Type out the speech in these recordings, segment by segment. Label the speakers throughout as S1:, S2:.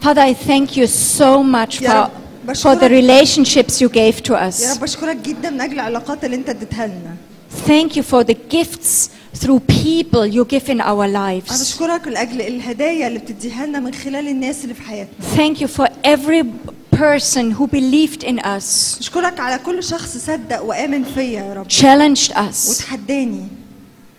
S1: Father, I thank you so much
S2: يا
S1: for,
S2: رب،
S1: for the
S2: بشكرك.
S1: relationships you gave to
S2: يا
S1: us.
S2: رب بشكرك جدا من اجل العلاقات اللي انت اديتها لنا
S1: Thank you for the gifts through people you give in our
S2: انا
S1: lives.
S2: بشكرك لاجل الهدايا اللي بتديها لنا من خلال الناس اللي في حياتنا
S1: Thank you for every person who believed in us,
S2: بشكرك على كل شخص صدق وامن فيا يا رب
S1: challenged us.
S2: وتحداني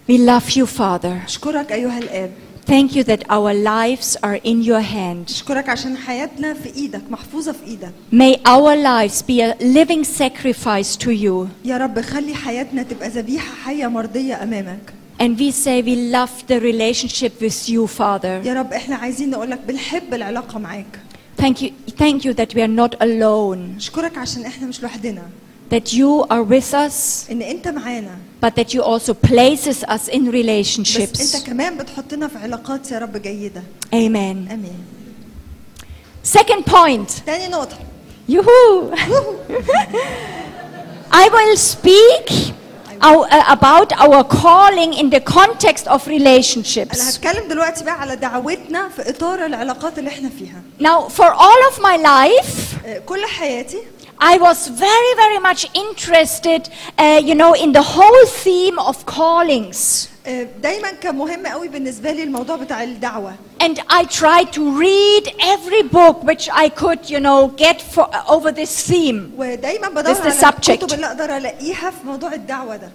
S1: We love you, Father.
S2: بشكرك ايها الاب
S1: Thank you that our lives are in your hand.
S2: بشكرك عشان حياتنا في ايدك محفوظه في ايدك
S1: May our lives be a living sacrifice to you.
S2: يا رب خلي حياتنا تبقى ذبيحه حيه مرضيه امامك
S1: And we say we love the relationship with you, Father.
S2: يا رب احنا عايزين نقولك بنحب العلاقه معاك
S1: Thank you, thank you that we are not alone,
S2: بشكرك عشان احنا مش لوحدنا
S1: that you are with us,
S2: ان انت معانا
S1: but that you also places us in
S2: بس
S1: relationships.
S2: انت كمان بتحطنا في علاقات يا رب جيده
S1: Amen.
S2: امين
S1: Second point.
S2: تاني نقطه
S1: Yoo-hoo. I will speak ou- uh, about our calling in the context of
S2: انا
S1: relationships.
S2: هتكلم دلوقتي بقى على دعوتنا في اطار العلاقات اللي احنا فيها
S1: Now, for all of my life,
S2: آه، كل حياتي
S1: I was very, very much interested, uh, you know, in the whole theme of callings.
S2: آه، دايما كان مهم قوي بالنسبه لي الموضوع بتاع الدعوه
S1: And I tried to read every book which I could, you know, get for, over this theme.
S2: ودايما
S1: This
S2: بدور
S1: the
S2: على
S1: subject.
S2: الكتب اللي اقدر الاقيها في موضوع الدعوه ده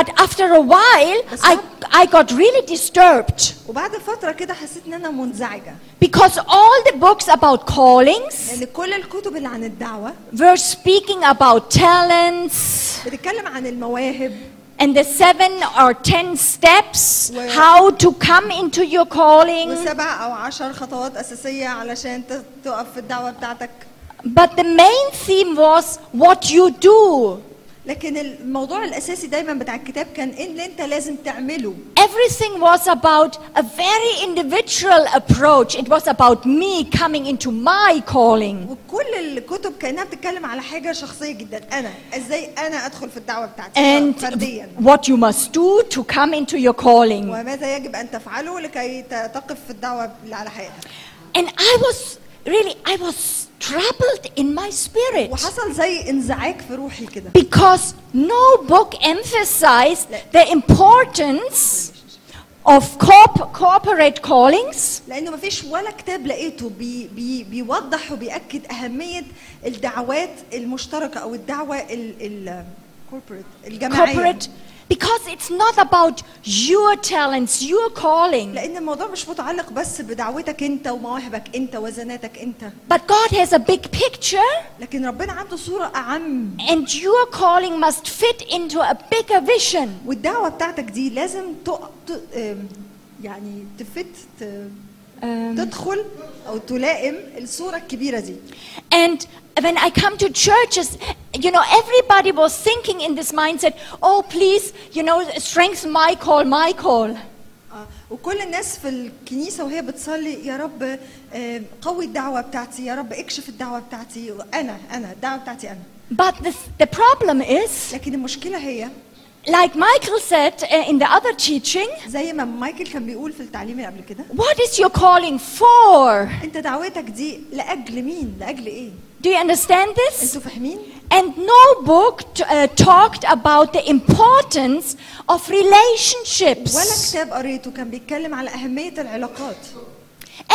S1: But after a while,
S2: That's
S1: I, I got really disturbed
S2: وبعد فتره كده حسيت ان انا منزعجه
S1: because all the books about callings
S2: لان كل الكتب اللي عن الدعوه
S1: were speaking about talents
S2: بتتكلم عن المواهب
S1: and the seven or ten steps
S2: Well-
S1: how to come into your calling.
S2: وسبع او عشر خطوات اساسيه علشان ت- تقف في الدعوه بتاعتك
S1: But the main theme was what you do.
S2: لكن الموضوع الاساسي دايما بتاع الكتاب كان ايه اللي انت لازم تعمله
S1: Everything was about a very individual approach. It was about me coming into my calling.
S2: وكل الكتب كانها بتتكلم على حاجه شخصيه جدا انا ازاي انا ادخل في الدعوه بتاعتي
S1: And
S2: فرديا
S1: what you must do to come into your calling.
S2: وماذا يجب ان تفعله لكي ت- تقف في الدعوه اللي على حياتك
S1: And I was really, I was troubled in my spirit.
S2: وحصل زي انزعاج في روحي كده
S1: Because no book emphasized the importance of corp- corporate callings
S2: لانه مفيش ولا كتاب لقيته بي بي بيوضح وبياكد اهميه الدعوات المشتركه او الدعوه ال ال corporate الجماعيه
S1: corporate because it's not about your talents, your calling.
S2: لان الموضوع مش متعلق بس بدعوتك انت ومواهبك انت وزناتك انت
S1: But God has a big picture,
S2: لكن ربنا عنده صوره اعم
S1: and your calling must fit into a bigger vision.
S2: والدعوه بتاعتك دي لازم تق... ت... آم، يعني تفت ت...
S1: Um,
S2: تدخل او تلائم الصوره الكبيره دي
S1: and when I come to churches, you know, everybody was thinking in this mindset, oh, please, you know, strengthen my call, my call.
S2: آه، وكل الناس في الكنيسة وهي بتصلي يا رب آه، قوي الدعوة بتاعتي يا رب اكشف الدعوة بتاعتي أنا أنا الدعوة بتاعتي أنا
S1: But the, the problem is,
S2: لكن المشكلة هي
S1: like Michael said uh, in the other teaching,
S2: زي ما مايكل كان بيقول في التعليم اللي قبل كده
S1: what is your calling for?
S2: أنت دعوتك دي لأجل مين لأجل إيه
S1: Do you understand this?
S2: أنتوا فاهمين
S1: And no book t- uh, talked about the importance of
S2: ولا
S1: relationships.
S2: كتاب قريته كان بيتكلم على أهمية العلاقات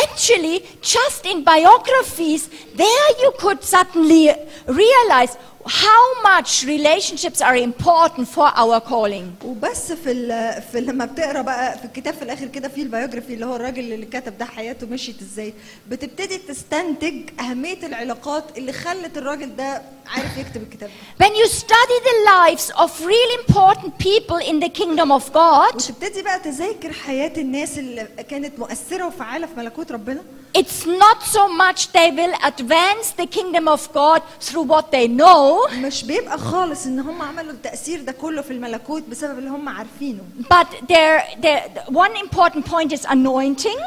S1: Actually, just in biographies, there you could suddenly realize how much relationships are important for our calling.
S2: وبس في, ال- في لما بتقرا بقى في الكتاب في الاخر كده في البيوجرافي اللي هو الراجل اللي كتب ده حياته مشيت ازاي بتبتدي تستنتج اهميه العلاقات اللي خلت الراجل ده عارف يكتب الكتاب ده
S1: When you study the lives of really important people in the kingdom of God,
S2: وتبتدي بقى تذاكر حياه الناس اللي كانت مؤثره وفعاله في ملكوت ربنا
S1: It's not so much they will advance the kingdom of God through what they know,
S2: مش بيبقى خالص ان هم عملوا التاثير ده كله في الملكوت بسبب اللي هم عارفينه
S1: but their, their, one important point is anointing.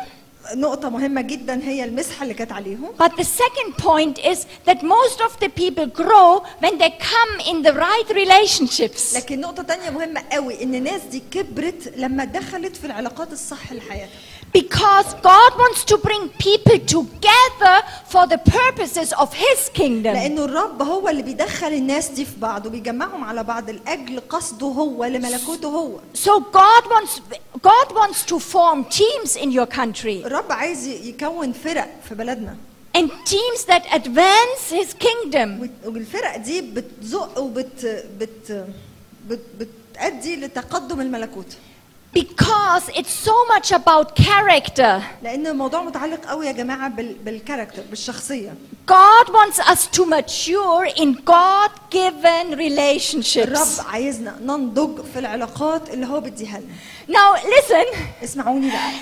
S2: نقطه مهمه جدا هي المسحه اللي كانت عليهم
S1: But the second point is that most of the people grow when they come in the right relationships.
S2: لكن نقطه تانية مهمه قوي ان الناس دي كبرت لما دخلت في العلاقات الصح لحياتها
S1: Because God wants to bring people together for the purposes of His kingdom.
S2: لانه الرب هو اللي بيدخل الناس دي في بعض وبيجمعهم على بعض لاجل قصده هو لملكوته هو
S1: So God wants, God wants to form teams in your country
S2: الرب عايز يكون فرق في بلدنا
S1: and teams that advance His kingdom.
S2: وال- والفرق دي بتزق وبت بت بت بتأدي لتقدم الملكوت
S1: Because it's so much about character.
S2: لان الموضوع متعلق قوي يا جماعه بال- بالكاركتر بالشخصيه
S1: God wants us to mature in God given relationships.
S2: الرب عايزنا ننضج في العلاقات اللي هو بيديها لنا
S1: Now, listen,
S2: اسمعوني بقى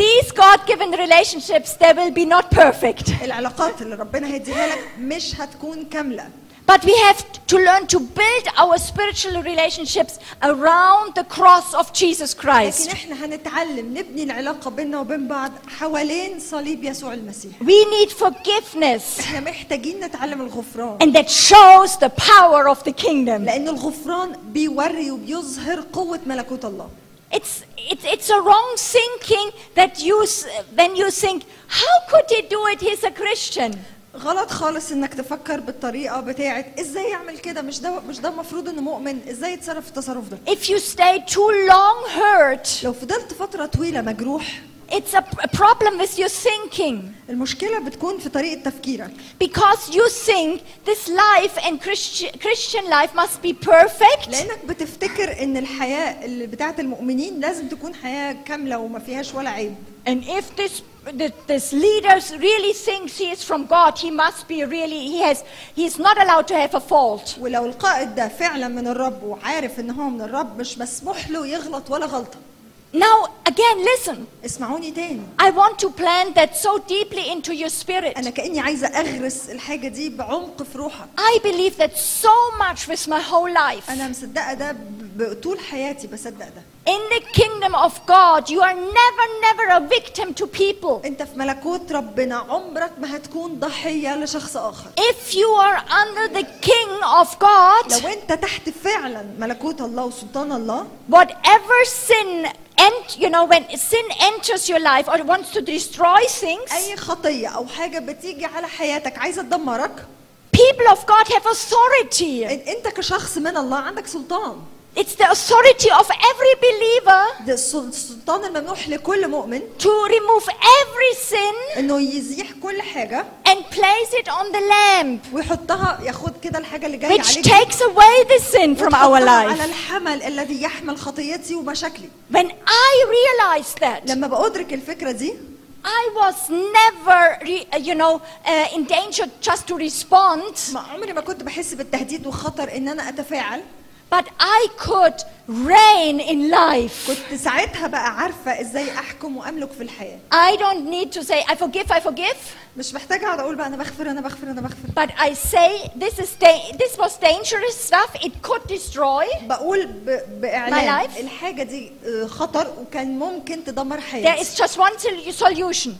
S1: these God given relationships, they will be not perfect.
S2: العلاقات اللي ربنا هيديها لك مش هتكون كامله
S1: But we have to learn to build our spiritual relationships around the cross of Jesus
S2: لكن
S1: Christ.
S2: احنا هنتعلم نبني العلاقه بيننا وبين بعض حوالين صليب يسوع المسيح
S1: We need forgiveness,
S2: احنا محتاجين نتعلم الغفران
S1: and that shows the power of the kingdom.
S2: لان الغفران بيوري وبيظهر قوه ملكوت الله
S1: It's, it's, it's a wrong thinking that you, s- when you think, how could he do it? He's a Christian.
S2: غلط خالص انك تفكر بالطريقه بتاعت ازاي يعمل كده مش ده مش ده المفروض انه مؤمن ازاي يتصرف التصرف ده
S1: If you stay too long hurt,
S2: لو فضلت فتره طويله مجروح
S1: it's a, a problem with your thinking.
S2: المشكله بتكون في طريقه تفكيرك
S1: Because you think this life and Christi- Christian life must be perfect.
S2: لانك بتفتكر ان الحياه اللي بتاعت المؤمنين لازم تكون حياه كامله وما فيهاش ولا عيب
S1: And if this, th- this leader really thinks he is from God, he must be really, he has, he's not allowed to have a fault.
S2: ولو القائد ده فعلا من الرب وعارف ان هو من الرب مش مسموح له يغلط ولا غلطه
S1: Now, again, listen.
S2: اسمعوني تاني
S1: I want to plant that so deeply into your spirit.
S2: انا كاني عايزه اغرس الحاجه دي بعمق في روحك
S1: I believe that so much with my whole life.
S2: انا مصدقه ده ب- بطول حياتي بصدق ده
S1: In the kingdom of God, you are never, never a victim to people.
S2: انت في ملكوت ربنا عمرك ما هتكون ضحيه لشخص اخر
S1: If you are under the King of God,
S2: لو انت تحت فعلا ملكوت الله وسلطان الله
S1: whatever sin, ent- you know, when sin enters your life or wants to destroy things,
S2: اي خطيه او حاجه بتيجي على حياتك عايزه تدمرك
S1: people of God have authority.
S2: ان- انت كشخص من الله عندك سلطان
S1: It's the authority of every believer
S2: ده السل- السلطان الممنوح لكل مؤمن
S1: to remove every sin
S2: انه يزيح كل حاجه
S1: and place it on the lamb,
S2: ويحطها ياخد كده الحاجه اللي جايه
S1: which
S2: عليك
S1: takes away the sin from our
S2: وتحطها على
S1: life.
S2: الحمل الذي يحمل خطيتي ومشاكلي
S1: When I realized that,
S2: لما بأدرك الفكرة دي
S1: I was never, re, uh, you know, uh, in danger just to respond,
S2: ما عمري ما كنت بحس بالتهديد والخطر ان انا اتفاعل
S1: but I could reign in life.
S2: كنت ساعتها بقى عارفة ازاي احكم واملك في الحياة
S1: I don't need to say, I forgive, I forgive,
S2: مش محتاجة اقعد اقول بقى انا بغفر انا بغفر انا بغفر
S1: but I say, this, is da- this was dangerous stuff, it could destroy.
S2: بقول ب...
S1: My
S2: باعلان
S1: life.
S2: الحاجة دي آه، خطر وكان ممكن تدمر
S1: There
S2: حياتي
S1: is just one sol- solution.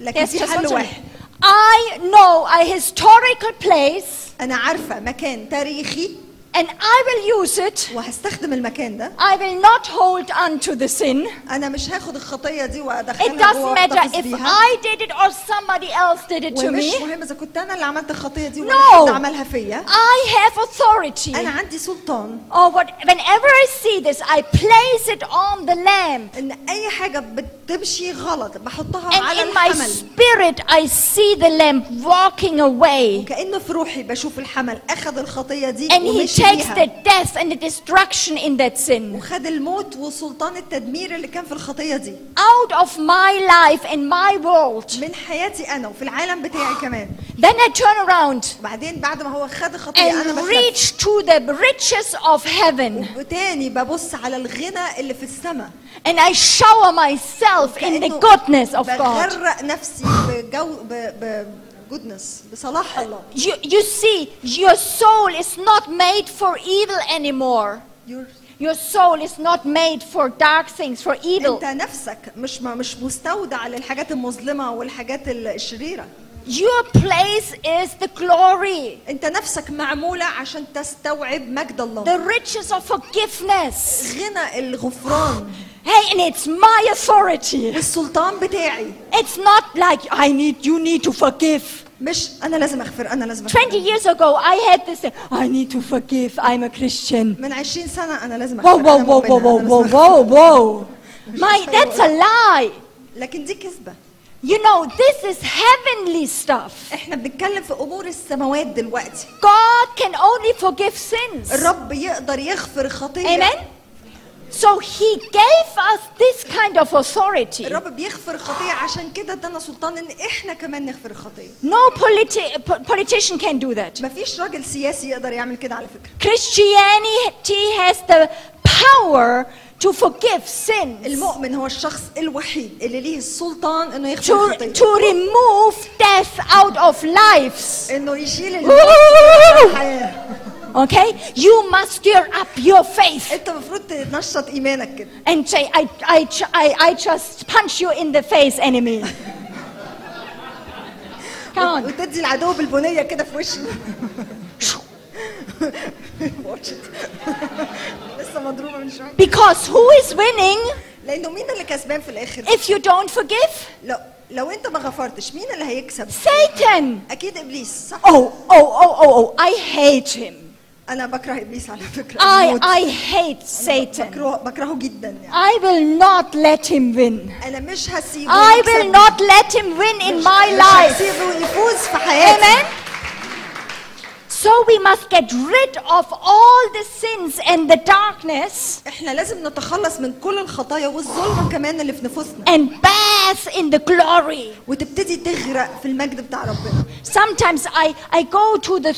S2: لكن
S1: There's
S2: في
S1: just one
S2: حل
S1: solution.
S2: واحد
S1: I know a historical place
S2: انا عارفة مكان تاريخي
S1: and I will use it.
S2: وهستخدم المكان ده
S1: I will not hold on to the sin.
S2: انا مش هاخد الخطية دي
S1: It
S2: وادخلها جوه
S1: doesn't matter
S2: واحتفظ
S1: if
S2: بيها
S1: I did it or somebody else did it to
S2: ومش
S1: me.
S2: مهم اذا كنت انا اللي عملت الخطية دي ولا
S1: No.
S2: حد عملها فيا
S1: I have authority.
S2: انا عندي سلطان
S1: Or what, whenever I see this, I place it on the lamb.
S2: ان اي حاجه بتمشي غلط بحطها
S1: And
S2: على
S1: in my
S2: الحمل
S1: spirit, I see the lamb walking away.
S2: كانه في روحي بشوف الحمل اخذ الخطيه دي
S1: And he
S2: ومشي
S1: takes the
S2: بيها
S1: death and the destruction in that sin
S2: وخد الموت وسلطان التدمير اللي كان في الخطيه دي
S1: out of my life and my world.
S2: من حياتي انا وفي العالم بتاعي كمان
S1: Then I turn around
S2: وبعدين بعد ما هو خد الخطيه انا
S1: and
S2: بتلف.
S1: reach to the riches of heaven.
S2: وتاني ببص على الغنى اللي في السماء
S1: And I shower myself in the goodness of God.
S2: بغرق نفسي بجو ب... ب... goodness بصلاح الله
S1: You, you see, your soul is not made for evil anymore.
S2: Your-
S1: Your soul is not made for dark things, for evil.
S2: انت نفسك مش ما مش مستودع للحاجات المظلمه والحاجات الشريره
S1: Your place is the glory,
S2: انت نفسك معموله عشان تستوعب مجد الله
S1: the riches of forgiveness.
S2: غنى الغفران
S1: Hey, and it's my authority.
S2: والسلطان بتاعي
S1: It's not like I need, you need to forgive.
S2: مش انا لازم اغفر انا لازم أغفر.
S1: 20 years ago, I had this thing, I need to forgive, I'm a Christian.
S2: من 20 سنه انا لازم
S1: Whoa,
S2: اغفر
S1: whoa,
S2: أنا
S1: whoa,
S2: مؤمنة،
S1: whoa,
S2: أنا
S1: whoa,
S2: لازم
S1: whoa,
S2: أغفر.
S1: whoa, whoa. My, that's a lie.
S2: لكن دي كذبه
S1: You know, this is heavenly stuff.
S2: احنا بنتكلم في امور السماوات دلوقتي
S1: God can only forgive sins.
S2: الرب يقدر يغفر خطيه
S1: Amen? So he gave us this kind of authority.
S2: الرب بيغفر خطيه عشان كده ادانا سلطان ان احنا كمان نغفر الخطيه
S1: No politi- po- politician can do that.
S2: مفيش راجل سياسي يقدر يعمل كده على فكره
S1: Christianity has the power to forgive sins,
S2: المؤمن هو الشخص الوحيد اللي ليه السلطان انه يغفر
S1: to,
S2: الخطيه
S1: to remove death out of lives.
S2: انه يشيل الموت من
S1: Woo!
S2: الحياه
S1: Okay? You must stir up your faith
S2: انت المفروض تنشط ايمانك كده
S1: and say, I, I, ju- I, I just punch you in the face, enemy. Come on.
S2: وتدي العدو بالبنيه كده في وشه Watch it. لسه مضروبه من شويه
S1: Because who is winning
S2: لانه مين اللي كسبان في الاخر
S1: if you don't forgive?
S2: لو لو انت ما غفرتش مين اللي هيكسب
S1: Satan.
S2: اكيد ابليس صح
S1: Oh, oh, oh, oh, oh, I hate him.
S2: انا بكره ابليس على فكره
S1: I,
S2: موت.
S1: I hate Satan.
S2: بكرهه بكرهه جدا يعني
S1: I will not let him win.
S2: انا مش هسيبه
S1: I
S2: يكسب.
S1: will not let him win in
S2: مش-
S1: my
S2: مش
S1: life.
S2: هسيبه يفوز في حياتي
S1: Amen. So we must get rid of all the sins and the darkness
S2: احنا لازم نتخلص من كل الخطايا والظلمه كمان اللي في نفوسنا
S1: and bath in the glory.
S2: وتبتدي تغرق في المجد بتاع ربنا
S1: Sometimes I, I go to the,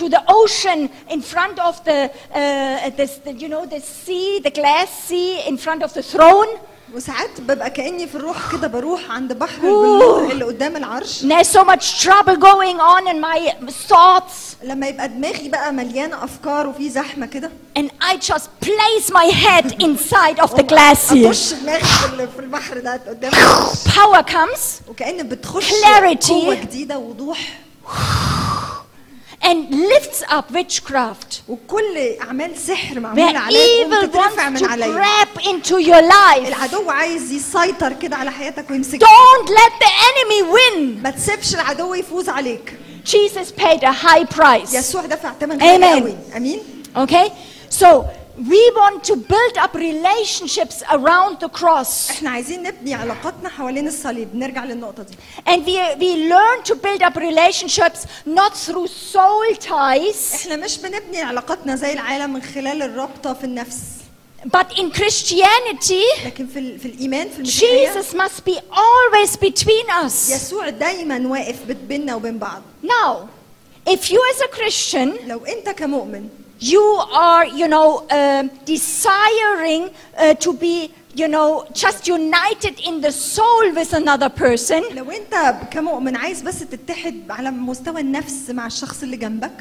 S1: to the ocean in front of the, uh, this, the, you know, the sea, the glass sea in front of the throne.
S2: وساعات ببقى كاني في الروح كده بروح عند بحر
S1: أوه.
S2: البلور اللي قدام العرش
S1: And there's so much trouble going on in my thoughts.
S2: لما يبقى دماغي بقى مليانه افكار وفي زحمه كده
S1: And I just place my head inside of the glass here.
S2: اطش دماغي في ال- في البحر ده قدام العرش
S1: Power comes
S2: وكأن بتخش
S1: Clarity.
S2: قوة جديدة وضوح
S1: and lifts up witchcraft.
S2: وكل أعمال سحر
S1: Where
S2: معمولة عليا تقوم
S1: evil wants
S2: تترفع من
S1: to
S2: عليا
S1: grab into your life.
S2: العدو عايز يسيطر كده على حياتك ويمسك
S1: Don't let the enemy win.
S2: ما تسيبش العدو يفوز عليك
S1: Jesus paid a high price.
S2: يسوع دفع ثمن
S1: Amen.
S2: غالي قوي امين
S1: Okay? So we want to build up relationships around the cross.
S2: احنا عايزين نبني علاقاتنا حوالين الصليب نرجع للنقطة دي
S1: And we, we learn to build up relationships not through soul ties.
S2: احنا مش بنبني علاقاتنا زي العالم من خلال الرابطة في النفس
S1: But in Christianity,
S2: لكن في ال- في الايمان في المسيحية
S1: Jesus must be always between us.
S2: يسوع دايما واقف بيننا وبين بعض
S1: Now, if you as a Christian,
S2: لو انت كمؤمن
S1: you are, you know, um, desiring uh, to be, you know, just united in the soul with another person,
S2: لو انت كمؤمن عايز بس تتحد على مستوى النفس مع الشخص اللي جنبك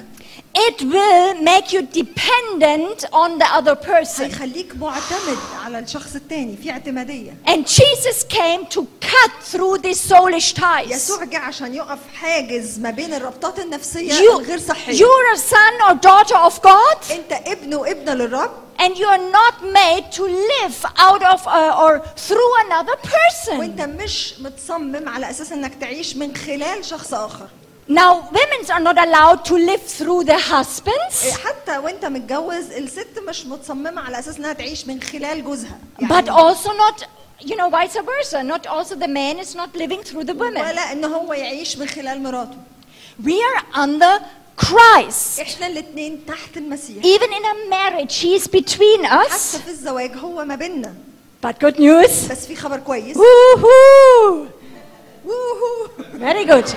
S1: it will make you dependent on the other person.
S2: هيخليك معتمد على الشخص التاني في اعتماديه
S1: And Jesus came to cut through these soulish ties.
S2: يسوع جه عشان يقف حاجز ما بين الربطات النفسيه
S1: You,
S2: الغير صحيه
S1: you're a son or daughter of God.
S2: انت ابن وابنه للرب
S1: And you are not made to live out of uh, or through another person.
S2: وانت مش متصمم على اساس انك تعيش من خلال شخص اخر
S1: Now, women are not allowed to live through their
S2: إيه،
S1: husbands,
S2: حتى وانت متجوز الست مش متصممه على اساس انها تعيش من خلال جوزها يعني
S1: but also not, you know, vice versa. Not also the man is not living through the women.
S2: ولا ان هو يعيش من خلال مراته
S1: We are under Christ.
S2: احنا الاتنين تحت المسيح
S1: Even in a marriage, He is between
S2: حتى
S1: us.
S2: في الزواج هو ما بيننا
S1: But good news.
S2: بس في خبر كويس
S1: Woohoo!
S2: ووهو.
S1: Very good.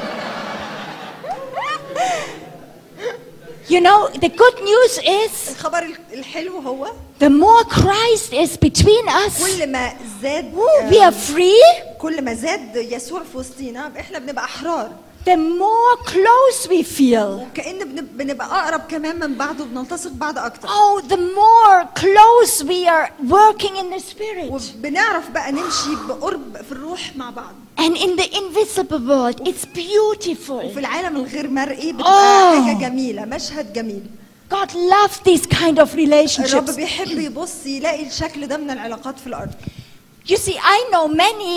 S1: You know, the good news is
S2: الخبر ال- الحلو هو
S1: The more Christ is between us,
S2: كل ما زاد آه،
S1: woo, we are free,
S2: كل ما زاد يسوع في وسطينا احنا بنبقى احرار
S1: the more close we feel.
S2: وكأن بنب- بنبقى اقرب كمان من بعض وبنلتصق بعض اكتر
S1: Oh, the more close we are working in the Spirit.
S2: وبنعرف بقى نمشي بقرب في الروح مع بعض
S1: And in the invisible world, it's beautiful.
S2: وفي العالم الغير مرئي
S1: آه.
S2: بتبقى حاجه جميله مشهد جميل
S1: God loves these kind of
S2: الرب
S1: relationships.
S2: بيحب يبص يلاقي الشكل ده من العلاقات في الارض
S1: You see, I know many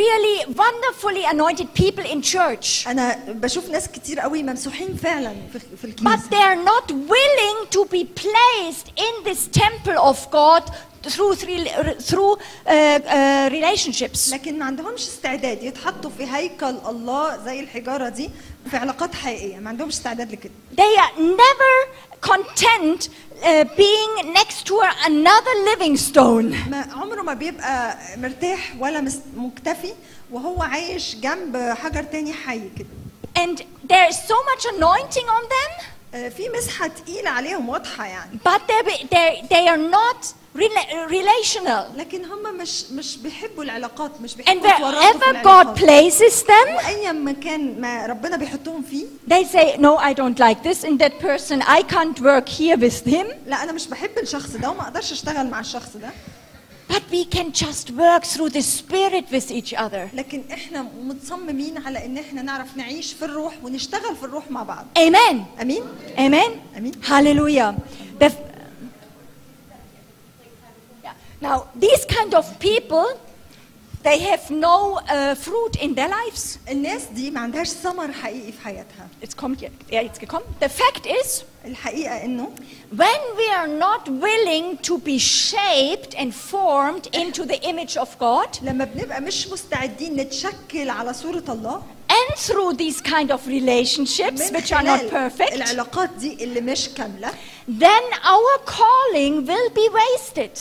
S1: really wonderfully anointed people in church,
S2: انا بشوف ناس كتير قوي ممسوحين فعلا في في
S1: but
S2: الكنيسه
S1: they're not willing to be placed in this temple of God through three, through uh, uh, relationships.
S2: لكن ما عندهمش استعداد يتحطوا في هيكل الله زي الحجاره دي في علاقات حقيقيه ما عندهمش استعداد لكده
S1: They are never content uh, being next to another living stone.
S2: ما عمره ما بيبقى مرتاح ولا مس- مكتفي وهو عايش جنب حجر تاني حي كده
S1: And there is so much anointing on them,
S2: آه، في مسحه تقيله عليهم واضحه يعني
S1: but they they they are not rela- relational.
S2: لكن هم مش مش بيحبوا العلاقات مش
S1: And
S2: بيحبوا يتورطوا في
S1: wherever God
S2: العلاقات
S1: places them,
S2: واي مكان ما ربنا بيحطهم فيه
S1: they say, "No, I don't like this and that person. I can't work here with him."
S2: لا انا مش بحب الشخص ده وما اقدرش اشتغل مع الشخص ده
S1: But we can just work through the Spirit with each other.
S2: لكن احنا متصممين على ان احنا نعرف نعيش في الروح ونشتغل في الروح مع بعض
S1: Amen.
S2: امين
S1: Amen.
S2: Amen.
S1: Hallelujah. The f- Yeah. now, these kind of people, they have no uh, fruit in their lives.
S2: الناس دي ما عندهاش ثمر حقيقي في حياتها
S1: It's kommt jetzt. Ja, jetzt gekommen. The fact is,
S2: الحقيقه انه
S1: when we are not willing to be shaped and formed into the image of God,
S2: لما بنبقى مش مستعدين نتشكل على صوره الله
S1: and through these kind of relationships,
S2: من
S1: which are not
S2: خلال
S1: perfect,
S2: العلاقات دي اللي مش كامله
S1: then our calling will be wasted.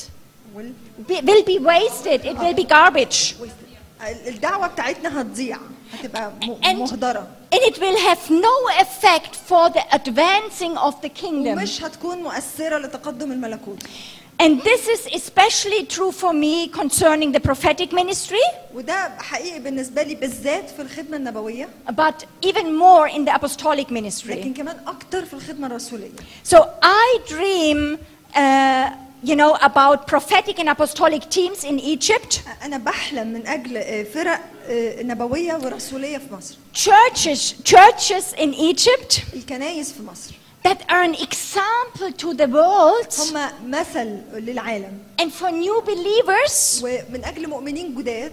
S2: وال-
S1: Be- will be wasted. It will be garbage.
S2: الدعوه بتاعتنا هتضيع هتبقى م-
S1: And-
S2: مهدره
S1: And it will have no effect for the advancing of the kingdom.
S2: ومش هتكون مؤثره لتقدم الملكوت
S1: And this is especially true for me concerning the prophetic ministry,
S2: وده حقيقي بالنسبه لي بالذات في الخدمه النبويه
S1: but even more in the apostolic
S2: لكن
S1: ministry.
S2: كمان اكتر في الخدمه الرسوليه
S1: So I dream, uh, you know, about prophetic and apostolic teams in Egypt,
S2: انا بحلم من اجل آه، فرق آه، نبويه ورسوليه في مصر
S1: churches, churches in Egypt
S2: الكنايس في مصر
S1: that are an example to the world
S2: هم مثل للعالم
S1: and for new believers.
S2: ومن اجل مؤمنين جداد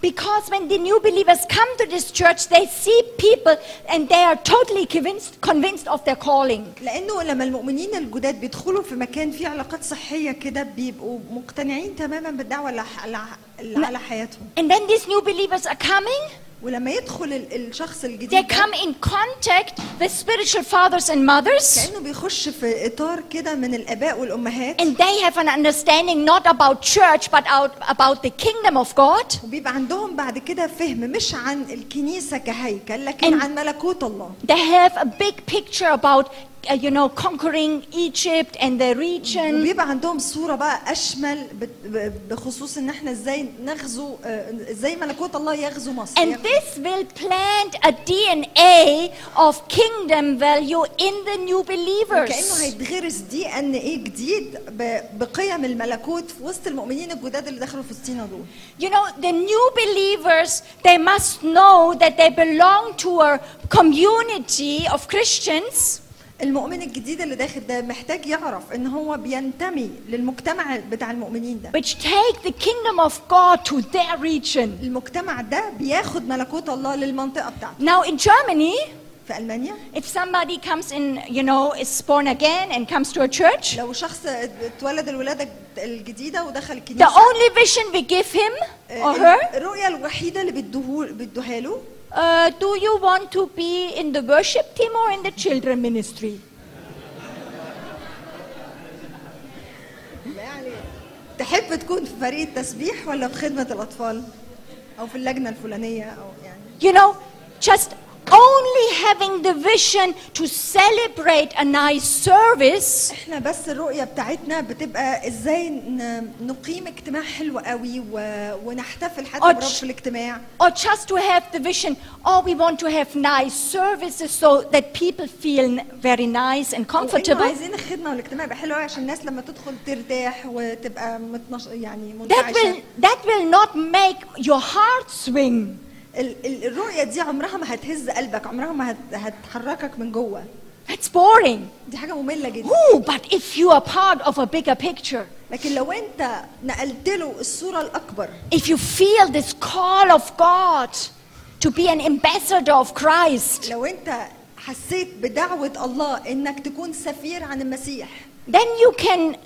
S1: Because when the new believers come to this church, they see people and they are totally convinced, convinced of their calling.
S2: لانه لما المؤمنين الجداد بيدخلوا في مكان فيه علاقات صحيه كده بيبقوا مقتنعين تماما بالدعوه اللي ح- اللي ح- اللي على حياتهم
S1: And when these new believers are coming,
S2: ولما يدخل ال- الشخص
S1: they
S2: الجديد ده
S1: come in contact with spiritual fathers and mothers,
S2: كانه بيخش في اطار كده من الاباء والامهات
S1: and they have an understanding not about church but out, about the kingdom of God.
S2: وبيبقى عندهم بعد كده فهم مش عن الكنيسه كهيكل
S1: And-
S2: لكن عن ملكوت الله
S1: They have a big picture about, uh, you know, conquering Egypt and the region.
S2: وبيبقى عندهم صوره بقى اشمل بت- ب- بخصوص ان احنا ازاي نغزو آه، ازاي ملكوت الله يغزو مصر
S1: And
S2: يغزو-
S1: this will plant a DNA of kingdom value in the new believers.
S2: كانه هيتغرس دي ان ايه جديد ب- بقيم الملكوت في وسط المؤمنين الجداد اللي دخلوا فلسطين دول
S1: You know, the new believers, they must know that they belong to a community of Christians
S2: المؤمن الجديد اللي داخل ده محتاج يعرف ان هو بينتمي للمجتمع بتاع المؤمنين ده
S1: which take the kingdom of God to their region.
S2: المجتمع ده بياخد ملكوت الله للمنطقه بتاعته
S1: Now, in Germany,
S2: في المانيا
S1: if somebody comes in, you know, is born again and comes to a church,
S2: لو شخص اتولد الولاده الجديده ودخل
S1: the
S2: الكنيسه
S1: only vision we give him
S2: Uh,
S1: or her,
S2: آه، الرؤيه الوحيده اللي بتدوه- بتدوها له
S1: uh, do you want to be in the worship team or in the children ministry?
S2: يعني تحب تكون في فريق التسبيح ولا في خدمة الأطفال أو في اللجنة الفلانية أو يعني
S1: You know, just only having the vision to celebrate a nice service
S2: احنا بس الرؤية بتاعتنا بتبقى ازاي ن- نقيم اجتماع حلو قوي و... ونحتفل حتى
S1: أج-
S2: برب في الاجتماع
S1: or just to have the vision, oh, we want to have nice services so that people feel n- very nice and
S2: وإنه
S1: comfortable.
S2: عايزين الخدمة والاجتماع يبقى حلو قوي عشان الناس لما تدخل ترتاح وتبقى متنش... يعني
S1: That will,
S2: منتعشة
S1: that will not make your heart swing.
S2: ال... ال... الرؤية دي عمرها ما هتهز قلبك عمرها ما هت... هتحركك من جوه
S1: But That's boring.
S2: دي حاجه ممله جدا
S1: Ooh, but if you are part of a bigger picture,
S2: لكن لو انت نقلت له الصوره الاكبر
S1: if you feel this call of God to be an ambassador of Christ,
S2: لو انت حسيت بدعوه الله انك تكون سفير عن المسيح
S1: then you can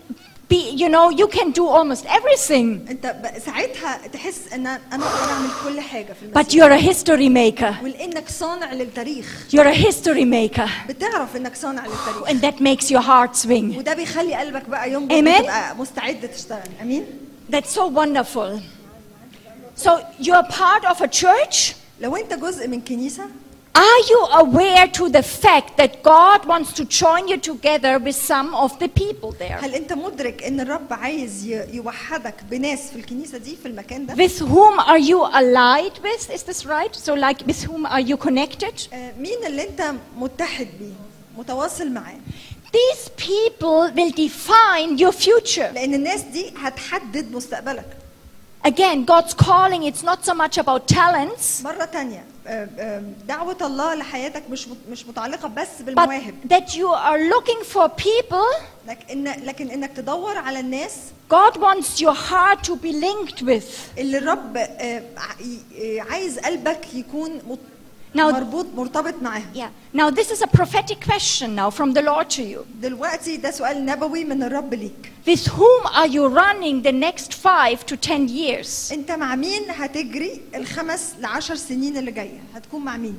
S1: be, you know, you can do almost everything.
S2: انت ب- ساعتها تحس ان انا اقدر اعمل كل حاجه في
S1: But
S2: المسيح
S1: you're a history maker.
S2: ولانك صانع للتاريخ
S1: You're a history maker.
S2: بتعرف انك صانع للتاريخ
S1: And that makes your heart swing.
S2: وده بيخلي قلبك بقى يوم
S1: آمين.
S2: تبقى مستعد تشتغل امين
S1: That's so wonderful. So you're part of a church?
S2: لو انت جزء من كنيسه
S1: Are you aware to the fact that God wants to join you together with some of the people there?
S2: هل انت مدرك ان الرب عايز ي- يوحدك بناس في الكنيسه دي في المكان ده
S1: With whom are you allied with? Is this right? So like with whom are you connected?
S2: آه، مين اللي انت متحد بيه متواصل معاه
S1: These people will define your future.
S2: لان الناس دي هتحدد مستقبلك
S1: Again, God's calling, it's not so much about talents,
S2: مره تانية آه، آه، دعوه الله لحياتك مش مت- مش متعلقه بس
S1: but
S2: بالمواهب
S1: that you are looking for people.
S2: لكن إن- لكن انك تدور على الناس
S1: God wants your heart to be linked with.
S2: اللي الرب آه، ع- ي- آه، عايز قلبك يكون مت-
S1: Now-
S2: مربوط مرتبط معاهم
S1: Yeah. Now this is a prophetic question now from the Lord to you.
S2: دلوقتي ده سؤال نبوي من الرب ليك
S1: With whom are you running the next five to ten years?
S2: انت مع مين هتجري الخمس لعشر سنين اللي جايه هتكون مع مين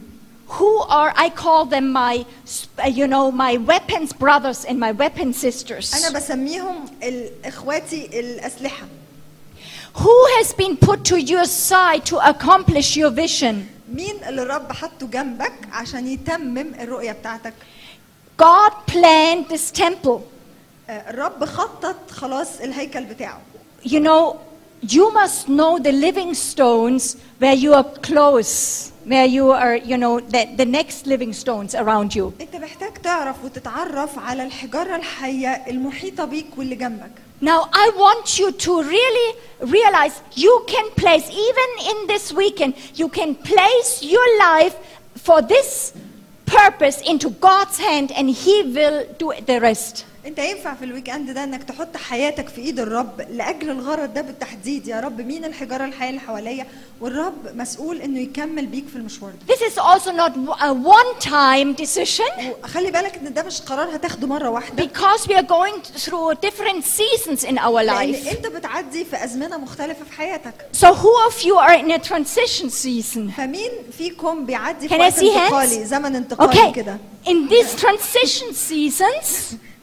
S1: Who are I call them my, sp- uh, you know, my weapons brothers and my weapon sisters?
S2: انا بسميهم ال- اخواتي الاسلحه
S1: Who has been put to your side to accomplish your vision?
S2: مين اللي الرب حطه جنبك عشان يتمم الرؤيه بتاعتك
S1: God planned this temple.
S2: آه، الرب خطط خلاص الهيكل بتاعه
S1: You know, you must know the living stones where you are close, where you are, you know, the, the next living stones around you.
S2: انت محتاج تعرف وتتعرف على الحجاره الحيه المحيطه بيك واللي جنبك
S1: Now, I want you to really realize you can place, even in this weekend, you can place your life for this purpose into God's hand and He will do the rest.
S2: انت ينفع في الويك اند ده انك تحط حياتك في ايد الرب لاجل الغرض ده بالتحديد يا رب مين الحجاره الحيه اللي حواليا والرب مسؤول انه يكمل بيك في المشوار ده
S1: This is also not a one time decision
S2: وخلي بالك ان ده مش قرار هتاخده مره واحده
S1: because we are going through different seasons in our
S2: لان
S1: life.
S2: انت بتعدي في ازمنه مختلفه في حياتك
S1: So, who of you are in a transition season?
S2: فمين فيكم بيعدي في
S1: Can I
S2: وقت
S1: see hands?
S2: انتقالي زمن انتقالي
S1: Okay,
S2: كده
S1: in these transition seasons,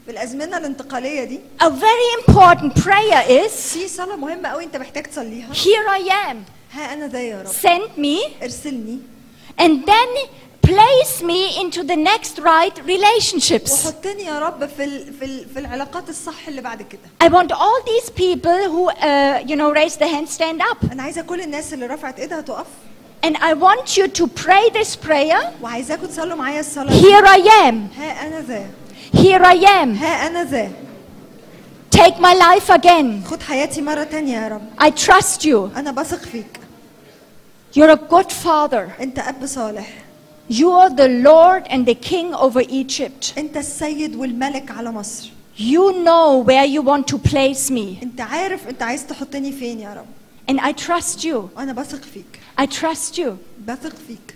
S2: في الازمنه الانتقاليه دي
S1: a very important prayer is
S2: في صلاه مهمه قوي انت محتاج تصليها
S1: Here I am.
S2: ها انا ده يا رب
S1: send me
S2: ارسلني
S1: and then place me into the next right relationships.
S2: وحطني يا رب في ال... في ال... في العلاقات الصح اللي بعد كده
S1: I want all these people who, uh, you know, raise their hand, stand up.
S2: انا عايزه كل الناس اللي رفعت ايدها تقف
S1: And I want you to pray this prayer.
S2: وعايزاكم تصلوا معايا الصلاه دي.
S1: Here I am.
S2: ها انا ذا
S1: Here I am.
S2: ها انا ذا
S1: Take my life again.
S2: خد حياتي مره تانية يا رب
S1: I trust you.
S2: انا بثق فيك
S1: You're a good father.
S2: انت اب صالح
S1: You are the Lord and the King over Egypt.
S2: انت السيد والملك على مصر
S1: You know where you want to place me.
S2: انت عارف انت عايز تحطني فين يا رب
S1: And I trust you.
S2: انا بثق فيك
S1: I trust you.
S2: بثق فيك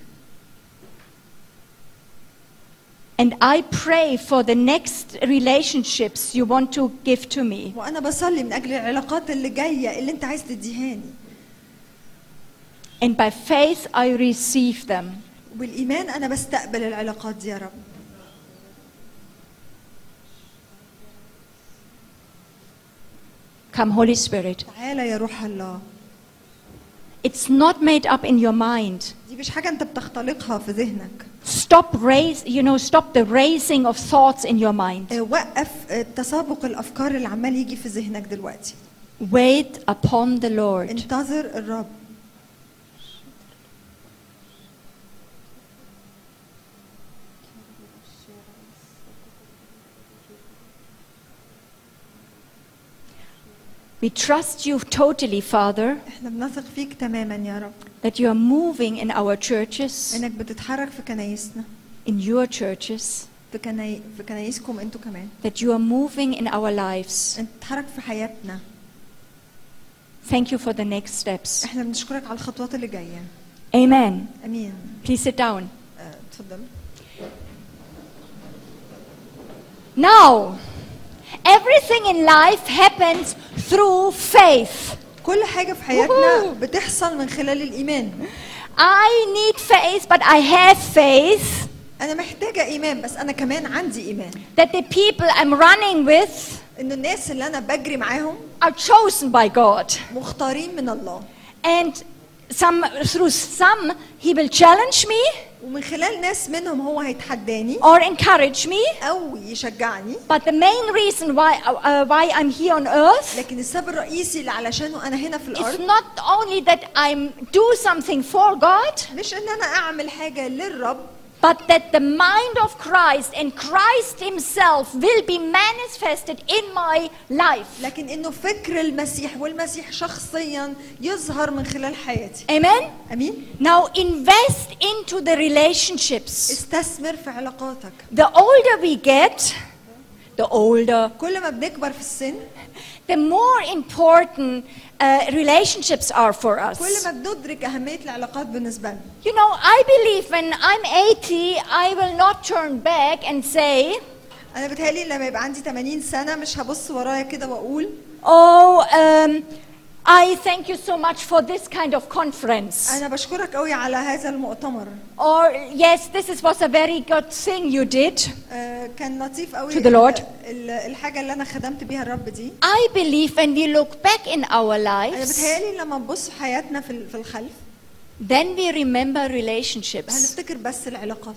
S1: And I pray for the next relationships you want to give to me.
S2: وانا بصلي من اجل العلاقات اللي جايه اللي انت عايز تديهاني
S1: And by faith, I receive them.
S2: وبالايمان انا بستقبل العلاقات دي يا رب
S1: Come, Holy Spirit.
S2: تعالى يا روح الله
S1: It's not made up in your mind.
S2: دي مش حاجه انت بتختلقها في ذهنك
S1: Stop raise, you know, stop the raising of thoughts in your mind.
S2: آه، وقف آه، تسابق الافكار اللي عمال يجي في ذهنك دلوقتي
S1: Wait upon the Lord.
S2: انتظر الرب
S1: We trust you totally, Father,
S2: احنا بنثق فيك تماما يا رب
S1: that you are moving in our churches,
S2: انك بتتحرك في كنايسنا
S1: in your churches,
S2: في كناي... في كنايسكم انتوا كمان
S1: that you are moving in our lives.
S2: انت تتحرك في حياتنا
S1: Thank you for the next steps.
S2: احنا بنشكرك على الخطوات اللي جايه
S1: Amen.
S2: امين
S1: Please sit down.
S2: آه، اتفضل
S1: Now, everything in life happens through faith.
S2: كل حاجه في حياتنا بتحصل من خلال الايمان
S1: I need faith, but I have faith
S2: انا محتاجه ايمان بس انا كمان عندي ايمان
S1: that the people I'm running with
S2: ان الناس اللي انا بجري معاهم
S1: are chosen by God.
S2: مختارين من الله
S1: And some, through some, He will challenge me
S2: ومن خلال ناس منهم هو هيتحداني
S1: or encourage me.
S2: او يشجعني
S1: But the main reason why, uh, why I'm here on earth
S2: لكن السبب الرئيسي اللي علشانه انا هنا في
S1: is
S2: الارض
S1: not only that I do something for God,
S2: مش ان انا اعمل حاجه للرب
S1: but that the mind of Christ and Christ Himself will be manifested in my life.
S2: لكن انه فكر المسيح والمسيح شخصيا يظهر من خلال حياتي
S1: Amen?
S2: امين
S1: Now invest into the relationships.
S2: استثمر في علاقاتك
S1: The older we get, the older,
S2: كل ما بنكبر في السن
S1: the more important uh, relationships are for
S2: كل
S1: us.
S2: ما بندرك اهميه العلاقات بالنسبه لنا
S1: You know, I believe when I'm 80, I will not turn back and say,
S2: انا بتهيألي لما يبقى عندي 80 سنه مش هبص ورايا كده واقول
S1: Oh, um, I thank you so much for this kind of conference.
S2: انا بشكرك قوي على هذا المؤتمر
S1: Or yes, this is, was a very good thing you did.
S2: آه، كان لطيف قوي
S1: To the Lord.
S2: ال- الحاجه اللي انا خدمت بيها الرب دي
S1: I believe when we look back in our
S2: انا
S1: lives,
S2: بتهيألي لما نبص حياتنا في ال- في الخلف
S1: then we remember relationships.
S2: هنفتكر بس العلاقات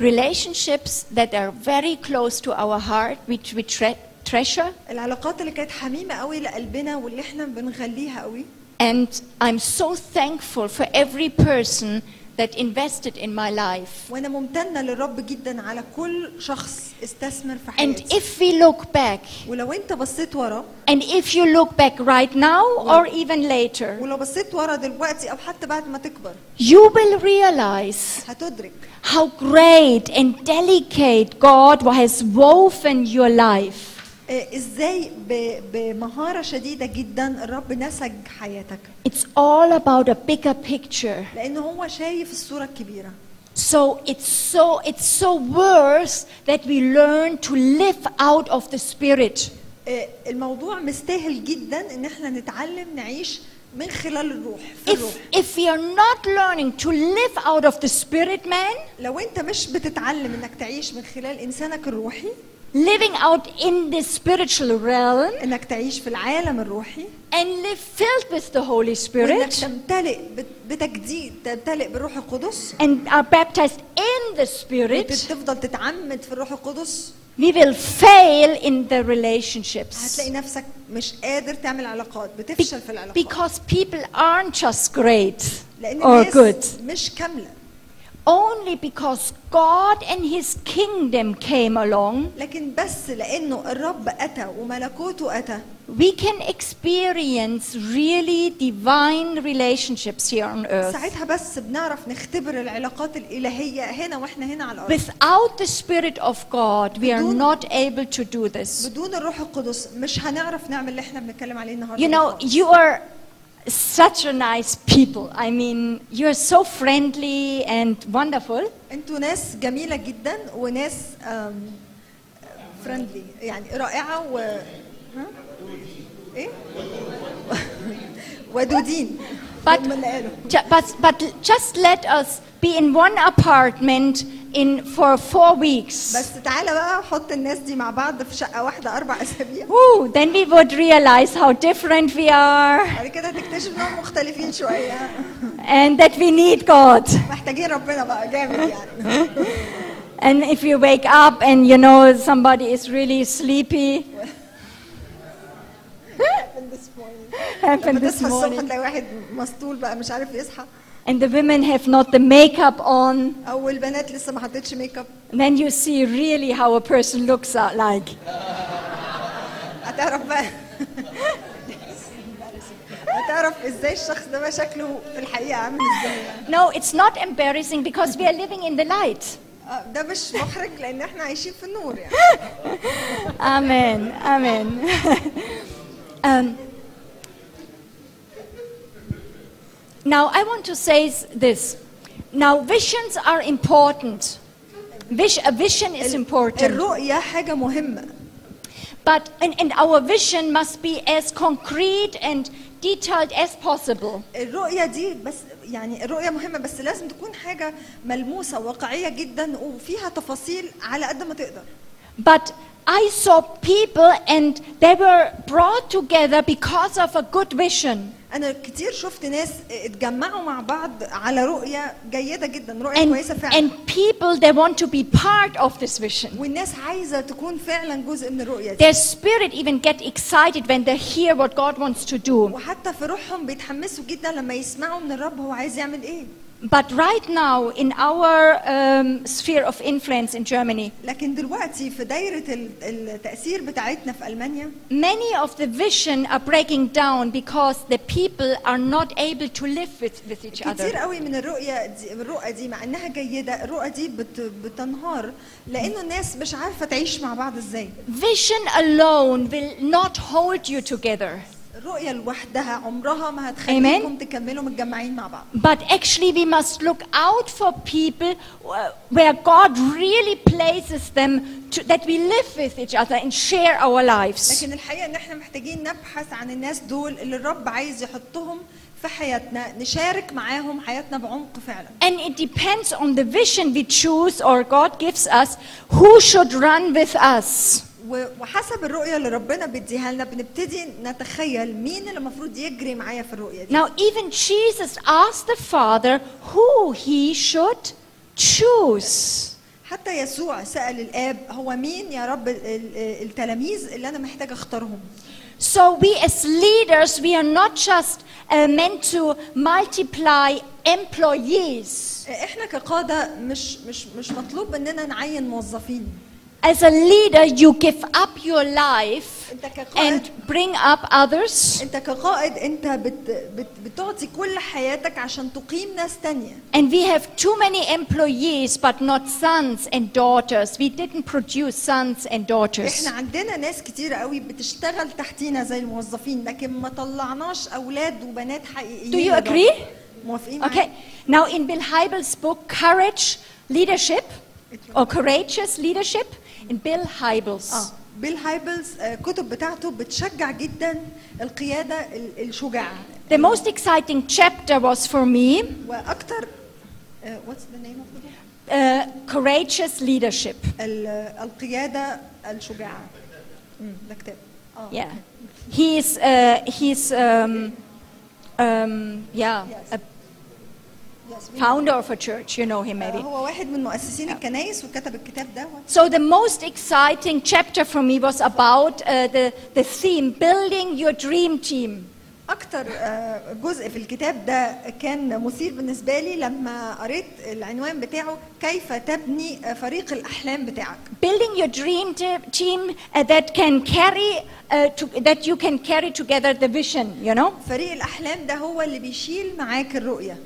S1: Relationships that are very close to our heart, which we tre- treasure.
S2: العلاقات اللي كانت حميمه قوي لقلبنا واللي احنا بنغليها قوي
S1: And I'm so thankful for every person that invested in my life.
S2: وانا ممتنه للرب جدا على كل شخص استثمر في
S1: And
S2: حياتي
S1: if we look back,
S2: ولو انت بصيت ورا
S1: and if you look back right now or even later,
S2: ولو بصيت ورا دلوقتي او حتى بعد ما تكبر
S1: you will realize
S2: هتدرك
S1: how great and delicate God has woven your life.
S2: آه، ازاي ب- بمهاره شديده جدا الرب نسج حياتك
S1: It's all about a bigger picture.
S2: لان هو شايف الصوره الكبيره
S1: So it's so it's so worth that we learn to live out of the spirit.
S2: آه، الموضوع مستاهل جدا ان احنا نتعلم نعيش من خلال الروح في الروح
S1: If if we are not learning to live out of the spirit man,
S2: لو انت مش بتتعلم انك تعيش من خلال انسانك الروحي
S1: living out in the spiritual realm
S2: انك تعيش في العالم الروحي
S1: and live filled with the Holy
S2: وانك
S1: Spirit
S2: تمتلئ بت- بتجديد تمتلئ بالروح القدس
S1: and are baptized in the spirit,
S2: تفضل تتعمد في الروح القدس
S1: we will fail in the relationships.
S2: هتلاقي نفسك مش قادر تعمل علاقات بتفشل في
S1: Be-
S2: العلاقات
S1: because people aren't just great
S2: لان
S1: or good.
S2: الناس مش كامله
S1: Only because God and His kingdom came along,
S2: لكن بس لانه الرب اتى وملكوته اتى
S1: we can experience really divine relationships here on earth.
S2: ساعتها بس بنعرف نختبر العلاقات الالهيه هنا واحنا هنا على الارض
S1: Without the Spirit of God, we are
S2: بدون-
S1: not able to do this.
S2: بدون الروح القدس مش هنعرف نعمل اللي احنا بنتكلم عليه النهارده
S1: You know,
S2: خالص.
S1: you are such a nice people. I mean, you're so friendly and wonderful.
S2: انتوا ناس جميله جدا وناس فريندلي يعني رائعه و ها؟ ايه ودودين
S1: But-
S2: هم اللي قالوا.
S1: Ju- But, but just let us be in one apartment in, for four weeks.
S2: بس تعالى بقى حط الناس دي مع بعض في شقه واحده اربع اسابيع
S1: Woo, then we would realize how different we are
S2: بعد كده هتكتشف انهم مختلفين شويه
S1: and that we need God.
S2: محتاجين ربنا بقى جامد يعني
S1: And if you wake up and you know somebody is really sleepy, happened
S2: لما
S1: this
S2: تصحى الصبح
S1: morning,
S2: تلاقي واحد مسطول بقى مش عارف يصحى
S1: and the women have not the makeup on,
S2: او البنات لسه ما حطتش ميك اب
S1: then you see really how a person looks out like.
S2: هتعرف بقى هتعرف ازاي الشخص ده بقى شكله في الحقيقه عامل ازاي يعني.
S1: No, it's not embarrassing because we are living in the light.
S2: آه، ده مش محرج لان احنا عايشين في النور يعني
S1: Amen. Amen. um, now, I want to say s- this. Now, visions are important. Vis- a vision is important.
S2: الرؤية حاجة مهمة
S1: But, and, and our vision must be as concrete and detailed as possible.
S2: الرؤية دي بس يعني الرؤية مهمة بس لازم تكون حاجة ملموسة واقعية جدا وفيها تفاصيل على قد ما تقدر
S1: But I saw people and they were brought together because of a good vision.
S2: أنا كتير شفت ناس اتجمعوا مع بعض على رؤية جيدة جدا رؤية
S1: And,
S2: كويسة فعلا
S1: and people, they want to be part of this vision.
S2: والناس عايزة تكون فعلا جزء من الرؤية دي
S1: Their spirit even get excited when they hear what God wants to do.
S2: وحتى في روحهم بيتحمسوا جدا لما يسمعوا من الرب هو عايز يعمل ايه
S1: But right now, in our um, sphere of influence in Germany,
S2: لكن دلوقتي في دايرة ال- التأثير بتاعتنا في ألمانيا
S1: many of the vision are breaking down because the people are not able to live with, with each
S2: كتير
S1: other.
S2: قوي من الرؤية دي الرؤى دي مع انها جيدة الرؤى دي بت بتنهار لانه الناس مش عارفة تعيش مع بعض ازاي
S1: Vision alone will not hold you together.
S2: الرؤية لوحدها عمرها ما
S1: Amen.
S2: هتخليكم تكملوا متجمعين مع بعض
S1: But actually, we must look out for people uh, where God really places them to, that we live with each other and share our lives.
S2: لكن الحقيقة ان احنا محتاجين نبحث عن الناس دول اللي الرب عايز يحطهم في حياتنا نشارك معاهم حياتنا بعمق فعلا
S1: And it depends on the vision we choose or God gives us who should run with us.
S2: و- وحسب الرؤية اللي ربنا بيديها لنا بنبتدي نتخيل مين اللي المفروض يجري معايا في الرؤية دي
S1: Now, even Jesus asked the Father who he should choose.
S2: حتى يسوع سأل الآب هو مين يا رب ال- ال- التلاميذ اللي أنا محتاج أختارهم
S1: So, we as leaders, we are not just uh, meant to multiply employees.
S2: إحنا كقادة مش مش مش مطلوب مننا نعين موظفين
S1: As a leader, you give up your life
S2: أنت كقائد
S1: and bring up others.
S2: أنت كقائد أنت بت بت بتعطي كل حياتك عشان تقيم ناس تانية
S1: And we have too many employees, but not sons and daughters. We didn't produce sons and daughters.
S2: إحنا عندنا ناس كتير قوي بتشتغل تحتينا زي الموظفين لكن ما طلعناش أولاد وبنات حقيقيين
S1: Do you
S2: للرب.
S1: agree?
S2: موافقين معايا؟
S1: Okay, now in Bill Hybels' book, Courage, Leadership, or Courageous Leadership, in Bill
S2: اه
S1: Hybels.
S2: بيل هايبلز آه، كتب بتاعته بتشجع جدا القياده ال- الشجاعه
S1: The most exciting chapter was for me
S2: واكتر آه، what's the name of the book؟
S1: uh, Courageous Leadership.
S2: ال- آه، القياده الشجاعه مم، ده كتاب اه
S1: Yeah. He's, uh, he's um, um, yeah, a
S2: يس، مين؟
S1: founder of a church. You know him
S2: آه،
S1: maybe.
S2: هو واحد من مؤسسين الكنائس وكتب الكتاب ده
S1: So the most exciting chapter for me was about uh, the, the theme, building your dream team.
S2: اكتر آه، جزء في الكتاب ده كان مثير بالنسبه لي لما قريت العنوان بتاعه كيف تبني آه، فريق الاحلام بتاعك
S1: Building your dream te- team uh, that can carry, uh, to, that you can carry together the vision, you know.
S2: فريق الاحلام ده هو اللي بيشيل معاك الرؤيه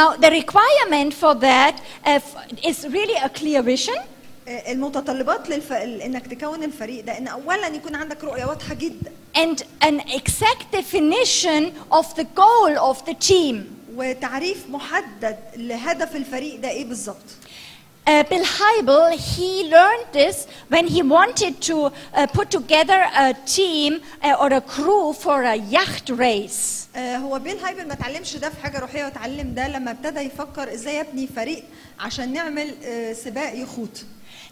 S1: Now the requirement for that uh, f- is really a clear vision,
S2: المتطلبات للف... انك تكون الفريق ده ان اولا يكون عندك رؤيه واضحه جدا
S1: and an exact definition of the goal of the team.
S2: وتعريف محدد لهدف الفريق ده ايه بالظبط
S1: Uh, Bill Heibel, he learned this when he wanted to uh, put together a team uh, or a crew for a yacht race.
S2: آه، هو بيل هايبل ما اتعلمش ده في حاجه روحيه واتعلم ده لما ابتدى يفكر ازاي ابني فريق عشان نعمل آه، سباق يخوت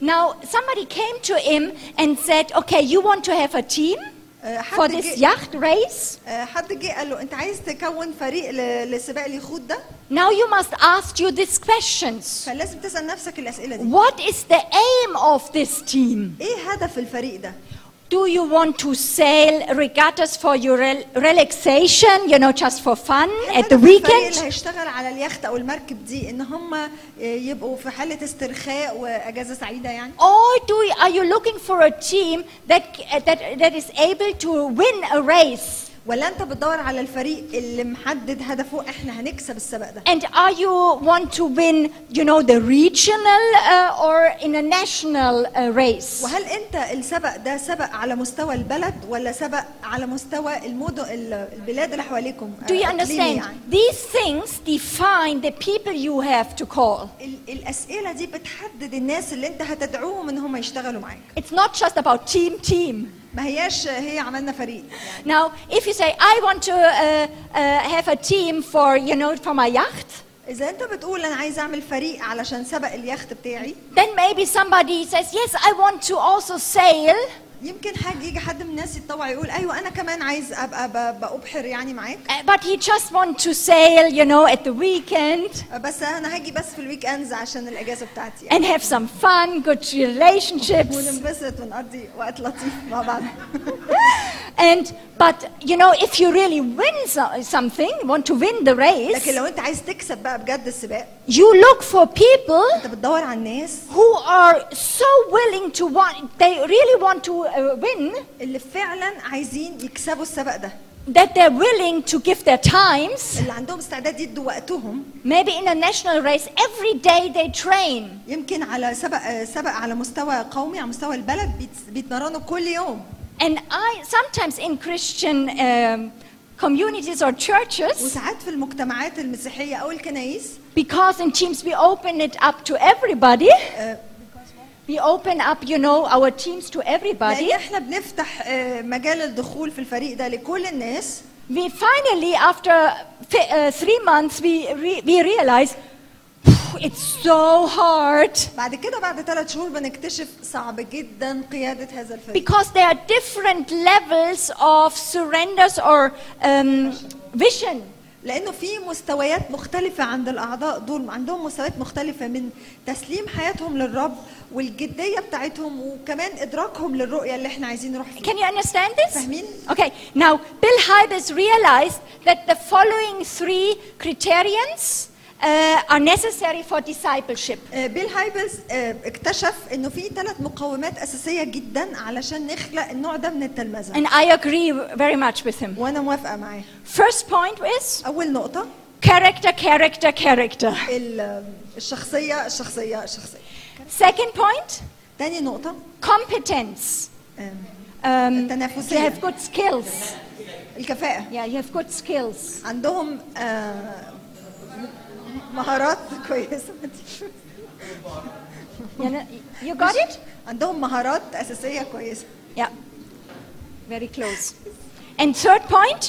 S1: Now, somebody came to him and said, Okay, you want to have a team
S2: Uh, how
S1: for
S2: did
S1: this
S2: it-
S1: yacht race?
S2: آه، حد جه قال له انت عايز تكون فريق ل- لسباق اليخوت ده
S1: Now you must ask you these questions.
S2: فلازم تسال نفسك الاسئله دي
S1: What is the aim of this team?
S2: ايه هدف الفريق ده
S1: Do you want to sail regattas for your rel- relaxation, you know, just for fun at the
S2: هل إيه هدف الفريق
S1: weekend?
S2: اللي هيشتغل على اليخت او المركب دي ان هم آه، يبقوا في حاله استرخاء واجازه سعيده يعني
S1: Or do uh, you, are you looking for a team that, that, that is able to win a race?
S2: ولا انت بتدور على الفريق اللي محدد هدفه احنا هنكسب السباق ده
S1: And are you want to win, you know, the regional uh, or in a national uh, race?
S2: وهل انت السبق ده سبق على مستوى البلد ولا سبق على مستوى المدن ال- البلاد اللي حواليكم
S1: Do you
S2: آه، إقليمي
S1: understand?
S2: يعني.
S1: These things define the people you have to call.
S2: ال- الاسئله دي بتحدد الناس اللي انت هتدعوهم ان هم يشتغلوا معاك
S1: It's not just about team, team.
S2: ما هياش هي عملنا فريق يعني
S1: Now, if you say, I want to uh, uh, have a team for, you know, for my yacht,
S2: اذا انت بتقول انا عايز اعمل فريق علشان سبق اليخت بتاعي
S1: then maybe somebody says, Yes, I want to also sail.
S2: يمكن حد يجي حد من الناس يتطوع يقول ايوه انا كمان عايز ابقى ب- بأبحر يعني معاك
S1: Uh, but he just want to sail, you know, at the weekend
S2: بس انا هاجي بس في الويك اندز عشان الاجازه بتاعتي يعني.
S1: and have some fun, good relationships.
S2: وننبسط ونقضي وقت لطيف مع بعض
S1: and but you know, if you really win so- something, want to win the
S2: لكن
S1: race,
S2: لو انت عايز تكسب بقى بجد السباق
S1: you look for people
S2: انت بتدور على الناس
S1: who are so willing to want, they really want to uh, win,
S2: اللي فعلا عايزين يكسبوا السباق ده
S1: that they're willing to give their times.
S2: اللي عندهم استعداد يدوا وقتهم
S1: Maybe in a national race, every day they train.
S2: يمكن على سبق سبق على مستوى قومي على مستوى البلد بيت- بيتمرنوا كل يوم
S1: And I sometimes in Christian um, communities or churches,
S2: وساعات في المجتمعات المسيحيه او الكنايس
S1: because in teams we open it up to everybody.
S2: آه،
S1: We open up, you know, our teams to everybody.
S2: لان احنا بنفتح آه، مجال الدخول في الفريق ده لكل الناس
S1: We finally, after fi- uh, three months, we, re- we realize "Phew, it's so hard.
S2: بعد كده بعد ثلاث شهور بنكتشف صعب جدا قياده هذا الفريق
S1: Because there are different levels of surrenders or um, vision.
S2: لانه في مستويات مختلفه عند الاعضاء دول عندهم مستويات مختلفه من تسليم حياتهم للرب والجديه بتاعتهم وكمان ادراكهم للرؤيه اللي احنا عايزين نروح فيها
S1: Can you understand this?
S2: فاهمين؟
S1: Okay, now Bill Hybels realized that the following three criterions uh, are necessary for discipleship.
S2: آه، بيل هايبلز آه، اكتشف انه في ثلاث مقومات اساسيه جدا علشان نخلق النوع ده من التلمذه
S1: And I agree very much with him.
S2: وانا موافقه معاه
S1: First point is
S2: اول نقطه
S1: character, character, character.
S2: ال- الشخصيه الشخصيه الشخصيه
S1: Second point,
S2: تاني نقطه
S1: competence.
S2: آم،
S1: Um,
S2: التنافسية.
S1: you have good skills.
S2: الكفاءه
S1: Yeah, you have good skills.
S2: عندهم آه، مهارات كويسه
S1: You, know, you got it?
S2: عندهم مهارات اساسيه كويسه
S1: Yeah. Very close. And third point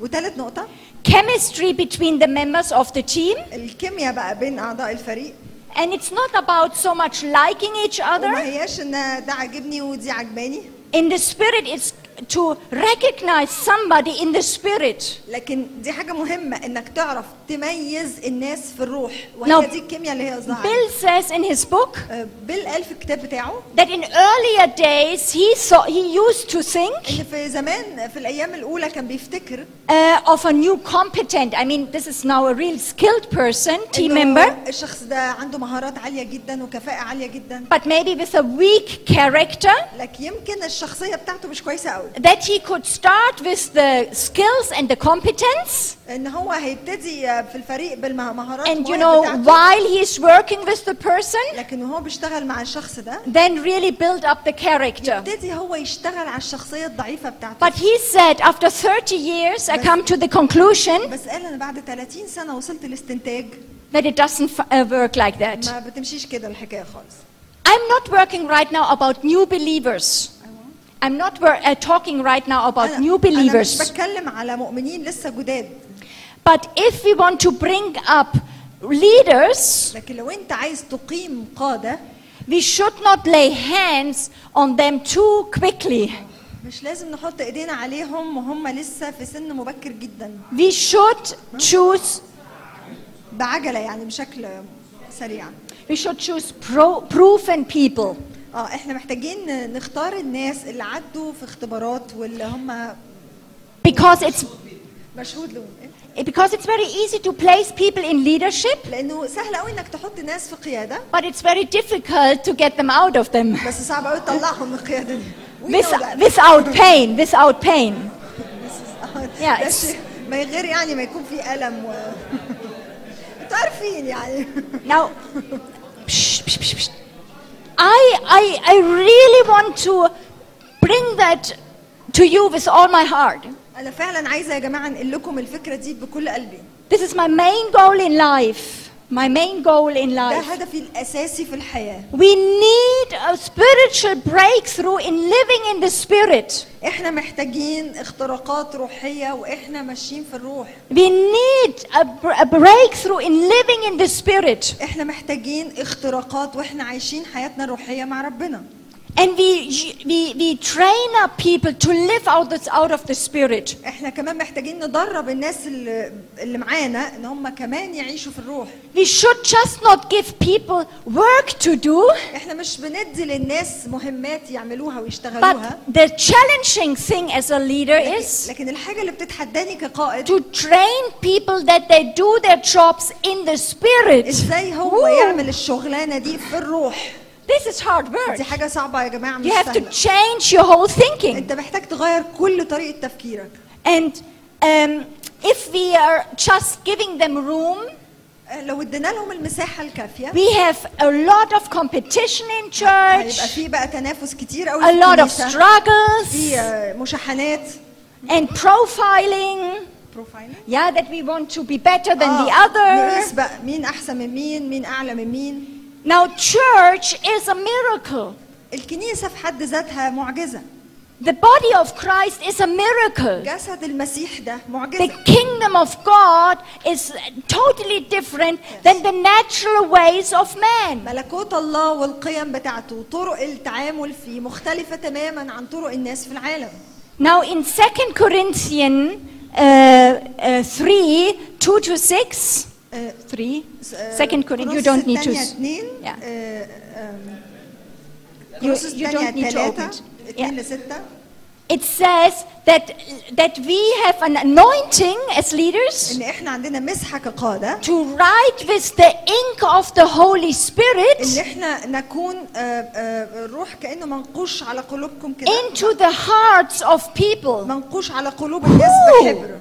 S2: وثالث نقطه
S1: chemistry between the members of the team.
S2: الكيمياء بقى بين اعضاء الفريق
S1: And it's not about so much liking each
S2: وما
S1: other.
S2: هياش ان ده عاجبني ودي عجباني
S1: In the spirit, it's to recognize somebody in the spirit.
S2: لكن دي حاجه مهمه انك تعرف تميز الناس في الروح
S1: No.
S2: وهي دي الكيمياء اللي هي قصدها عليها.
S1: Bill says in his book
S2: آه، بيل قال في الكتاب بتاعه
S1: that in earlier days he, saw, he used to think
S2: ان في زمان في الايام الاولى كان بيفتكر
S1: uh, of a new competent, I mean, this is now a real skilled person, team member,
S2: إنه الشخص ده عنده مهارات عاليه جدا وكفاءه عاليه جدا
S1: but maybe with a weak character.
S2: لكن يمكن الشخصيه بتاعته مش كويسه قوي
S1: that he could start with the skills and the competence
S2: ان هو هيبتدي في الفريق بالمهارات
S1: and you
S2: المهارات
S1: know
S2: بتاعته.
S1: while he is working with the person
S2: لكن وهو بيشتغل مع الشخص ده
S1: then really build up the character
S2: ابتدي هو يشتغل على الشخصيه الضعيفه بتاعته
S1: but he said after 30 years i come to the conclusion
S2: بس قال انا بعد 30 سنه وصلت الاستنتاج
S1: that it doesn't f- uh, work like that
S2: ما بتمشيش كده الحكايه خالص
S1: i'm not working right now about new believers i'm not wor- uh, talking right now about new
S2: أنا مش
S1: believers
S2: بتكلم على مؤمنين لسه جداد
S1: but if we want to bring up leaders
S2: لكن لو انت عايز تقيم قاده
S1: we should not lay hands on them too quickly
S2: مش لازم نحط ايدينا عليهم وهم لسه في سن مبكر جدا
S1: We should choose
S2: بعجله يعني بشكل سريع
S1: we should choose pro- proven people.
S2: اه احنا محتاجين نختار الناس اللي عدوا في اختبارات واللي هم
S1: Because it's
S2: مشهود لهم إيه؟
S1: because it's very easy to place people in leadership,
S2: لانه سهل قوي انك تحط ناس في قياده
S1: but it's very difficult to get them out of them.
S2: بس صعب قوي تطلعهم من القياده دي We know
S1: With,
S2: that.
S1: without pain, without pain.
S2: This is- ده
S1: Yeah, it's-
S2: شيء من غير يعني ما يكون في ألم و انتوا عارفين يعني
S1: Now, psh, psh, psh, psh. I, I, I really want to bring that to you with all my heart.
S2: أنا فعلا عايزة يا جماعة أنقل لكم الفكرة دي بكل قلبي
S1: This is my main goal in life. My main goal in
S2: ده
S1: life.
S2: هدفي الأساسي في الحياة
S1: We need a spiritual breakthrough in living in the spirit.
S2: احنا محتاجين اختراقات روحية واحنا ماشيين في الروح
S1: We need a, br- a breakthrough in living in the spirit.
S2: احنا محتاجين اختراقات واحنا عايشين حياتنا الروحية مع ربنا
S1: And we, we, we train up people to live out, this, out of the spirit.
S2: احنا كمان محتاجين ندرب الناس اللي, اللي معانا ان هم كمان يعيشوا في الروح
S1: We should just not give people work to do.
S2: احنا مش بندي للناس مهمات يعملوها ويشتغلوها
S1: But the challenging thing as a leader
S2: لكن,
S1: is
S2: لكن الحاجة اللي بتتحداني كقائد
S1: to train people that they do their jobs in the spirit.
S2: ازاي هو
S1: Woo.
S2: يعمل الشغلانة دي في الروح
S1: This is hard work.
S2: دي حاجة صعبة يا جماعة مش
S1: You have to
S2: سهلة
S1: change your whole thinking.
S2: انت محتاج تغير كل طريقة تفكيرك
S1: And um, if we are just giving them room,
S2: لو ادينا لهم المساحة الكافية
S1: we have a lot of competition in
S2: هيبقى
S1: church,
S2: في بقى تنافس كتير قوي
S1: a lot of
S2: في
S1: struggles,
S2: آه، مشاحنات
S1: and profiling. Yeah, that we want to be better than
S2: Oh,
S1: the other.
S2: نقيس بقى آه، مين احسن من مين مين اعلى من مين
S1: Now, church is a miracle.
S2: الكنيسة في حد ذاتها معجزة
S1: The body of Christ is a miracle.
S2: جسد المسيح ده
S1: The
S2: معجزة
S1: kingdom of God is totally different than the natural ways of man.
S2: ملكوت الله والقيم بتاعته وطرق التعامل فيه مختلفة تماما عن طرق الناس في العالم
S1: Now, in 2 Corinthians uh, uh, 3 2 to 6,
S2: Uh,
S1: 3,
S2: آه،
S1: 2 Corinthians, you
S2: كورنثوس
S1: don't need to.
S2: التانية اتنين
S1: Yeah.
S2: آه، آم،
S1: You,
S2: كورنثوس
S1: you
S2: التانية
S1: don't need to
S2: تلاتة،
S1: open it.
S2: اتنين
S1: Yeah.
S2: لستة
S1: It says that, that we have an anointing as leaders
S2: ان احنا عندنا مسحة كقادة
S1: to write with the ink of the Holy
S2: ان
S1: Spirit
S2: احنا نكون آه، آه، الروح كانه منقوش على قلوبكم كده
S1: into the hearts of people.
S2: منقوش على قلوب الناس
S1: Ooh.
S2: بحبر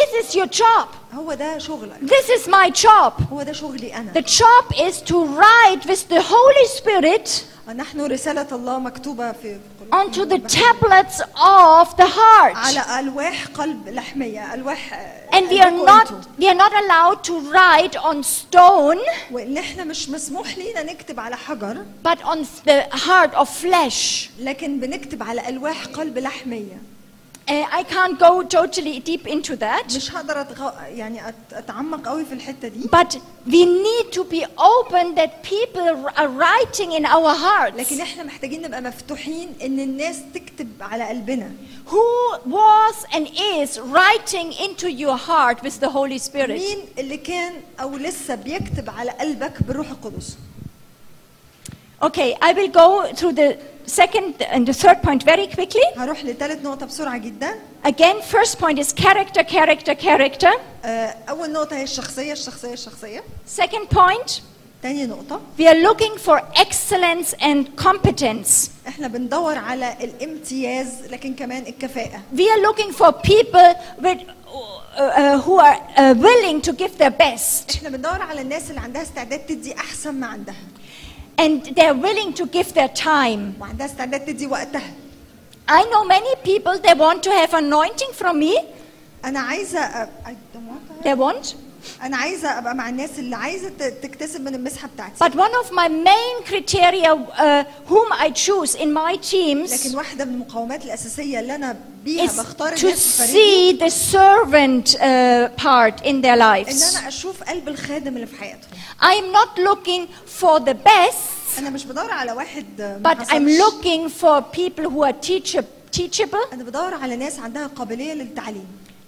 S1: This is your job.
S2: هو ده شغلك
S1: This is my job.
S2: هو ده شغلي انا
S1: The job is to write with the Holy Spirit
S2: نحن رساله الله مكتوبه في قلوبنا
S1: onto the tablets of the heart.
S2: على الواح قلب لحميه الواح آه،
S1: And we are
S2: قلبكم انتوا.
S1: not we are not allowed to write on stone,
S2: وان احنا مش مسموح لينا نكتب على حجر
S1: but on the heart of flesh.
S2: لكن بنكتب على الواح قلب لحميه
S1: Uh, I can't go totally deep into that,
S2: مش هقدر أتغ... يعني أت- اتعمق قوي في الحته دي
S1: but we need to be open that people are writing in our hearts.
S2: لكن احنا محتاجين نبقى مفتوحين ان الناس تكتب على قلبنا
S1: Who was and is writing into your heart with the Holy Spirit?
S2: مين اللي كان او لسه بيكتب على قلبك بالروح القدس
S1: Okay, I will go through the second and the third point very quickly.
S2: هروح لثالث نقطه بسرعه جدا
S1: Again, first point is character, character, character.
S2: آه، اول نقطه هي الشخصيه الشخصيه الشخصيه
S1: Second point,
S2: تاني نقطه
S1: we are looking for excellence and competence.
S2: احنا بندور على الامتياز لكن كمان الكفاءه
S1: We are looking for people with, uh, uh, who are uh, willing to give their best
S2: احنا بندور على الناس اللي عندها استعداد تدي احسن ما عندها
S1: and they're willing to give their time.
S2: وعندها استعداد تدي وقتها
S1: I know many people they want to have anointing from me.
S2: انا عايزه أ- I don't want to-
S1: They want.
S2: انا عايزه ابقى مع الناس اللي عايزه ت- تكتسب من المسحه بتاعتي
S1: But one of my main criteria uh, whom I choose in my teams
S2: لكن واحده من المقاومات الاساسيه اللي انا بيها
S1: is
S2: بختار
S1: to
S2: الناس في
S1: see
S2: فريقي
S1: the servant uh, part in their
S2: ان
S1: lives.
S2: انا اشوف قلب الخادم اللي في حياتهم
S1: I am not looking for the best,
S2: انا مش بدور على واحد ما
S1: but I'm
S2: حصلش.
S1: looking for people who are teacha- teachable,
S2: انا بدور على ناس عندها قابليه للتعليم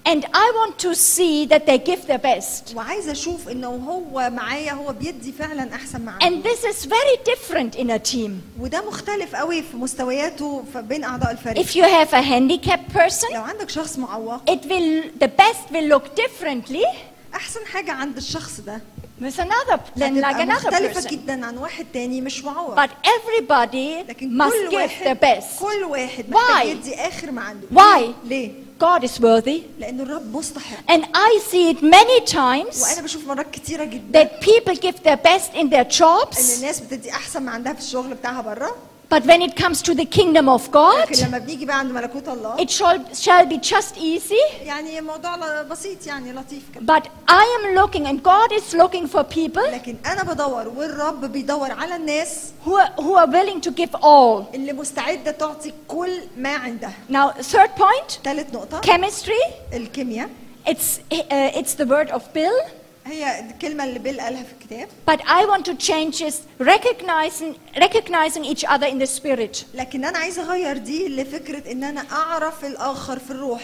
S1: and I want to see that they give their best.
S2: وعايزه اشوف انه هو معايا هو بيدي فعلا احسن معايا
S1: And this is very different in a team.
S2: وده مختلف قوي في مستوياته ف- بين اعضاء الفريق
S1: If you have a handicapped person,
S2: لو عندك شخص معوق
S1: it will the best will look differently
S2: احسن حاجه عند الشخص ده
S1: with another than like
S2: هتبقى
S1: another
S2: مختلفه
S1: person.
S2: جدا عن واحد تاني مش معوق
S1: But everybody
S2: لكن
S1: must
S2: كل
S1: give
S2: واحد
S1: their best.
S2: كل واحد
S1: Why?
S2: محتاج يدي اخر ما عنده
S1: Why?
S2: ليه
S1: God is worthy.
S2: لان الرب مستحق
S1: And I see it many times
S2: وانا بشوف مرات كتيره جدا
S1: that people give their best in their
S2: ان
S1: jobs,
S2: الناس بتدي احسن ما عندها في الشغل بتاعها بره
S1: but when it comes to the kingdom of God,
S2: لكن لما بنيجي بقى عند ملكوت الله
S1: it shall, shall be just easy.
S2: يعني الموضوع ل- بسيط يعني لطيف كده
S1: But I am looking, and God is looking for people
S2: لكن انا بدور والرب بيدور على الناس
S1: who are, who are willing to give all.
S2: اللي مستعده تعطي كل ما عندها
S1: Now, third point
S2: ثالث نقطه
S1: chemistry.
S2: الكيمياء
S1: It's, uh, it's the word of Bill,
S2: هي الكلمه اللي بيل قالها في الكتاب
S1: but I want to change this recognizing, recognizing each other in the spirit.
S2: لكن انا عايزه اغير دي لفكره ان انا اعرف الاخر في الروح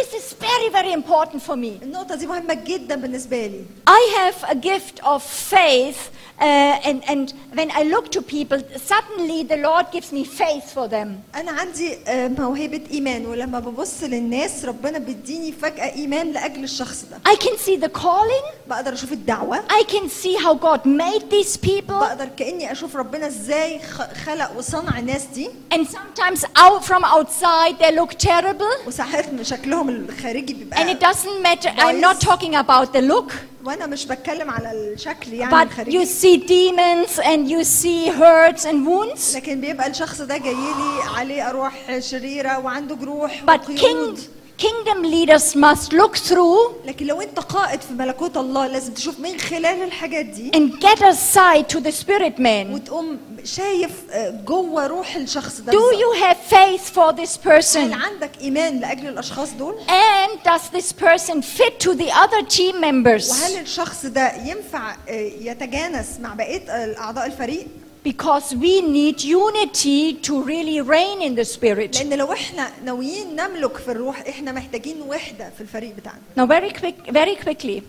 S1: This is very, very important for me.
S2: النقطه دي مهمه جدا بالنسبه لي
S1: I have a gift of faith, uh, and, and when I look to people, suddenly the Lord gives me faith for them.
S2: انا عندي آه، موهبه ايمان ولما ببص للناس ربنا بيديني فجاه ايمان لاجل الشخص ده
S1: I can see the calling,
S2: بقدر اشوف الدعوه
S1: I can see how God made these people,
S2: بقدر كاني اشوف ربنا ازاي خ- خلق وصنع الناس دي
S1: and sometimes out from outside they look terrible,
S2: وساعات من شكلهم الخارجي
S1: and it
S2: بيبقى
S1: doesn't matter. I'm not talking about the look,
S2: وانا مش بتكلم على الشكل يعني
S1: but you
S2: الخارجي
S1: see demons and you see hurts and wounds.
S2: لكن بيبقى الشخص ده جاي لي عليه ارواح شريره وعنده جروح
S1: But king,
S2: وقيود
S1: kingdom leaders must look through
S2: لكن لو انت قائد في ملكوت الله لازم تشوف من خلال الحاجات دي
S1: and get aside to the spirit man.
S2: وتقوم شايف آه، جوه روح الشخص ده
S1: Do
S2: بالظبط.
S1: you have faith for this
S2: هل
S1: person?
S2: عندك ايمان لاجل الاشخاص دول
S1: And does this person fit to the other team
S2: وهل
S1: members?
S2: الشخص ده ينفع آه، يتجانس مع بقيه اعضاء الفريق
S1: Because we need unity to really reign in the spirit.
S2: لان لو احنا ناويين نملك في الروح احنا محتاجين وحده في الفريق بتاعنا
S1: Now, very quick, very quickly,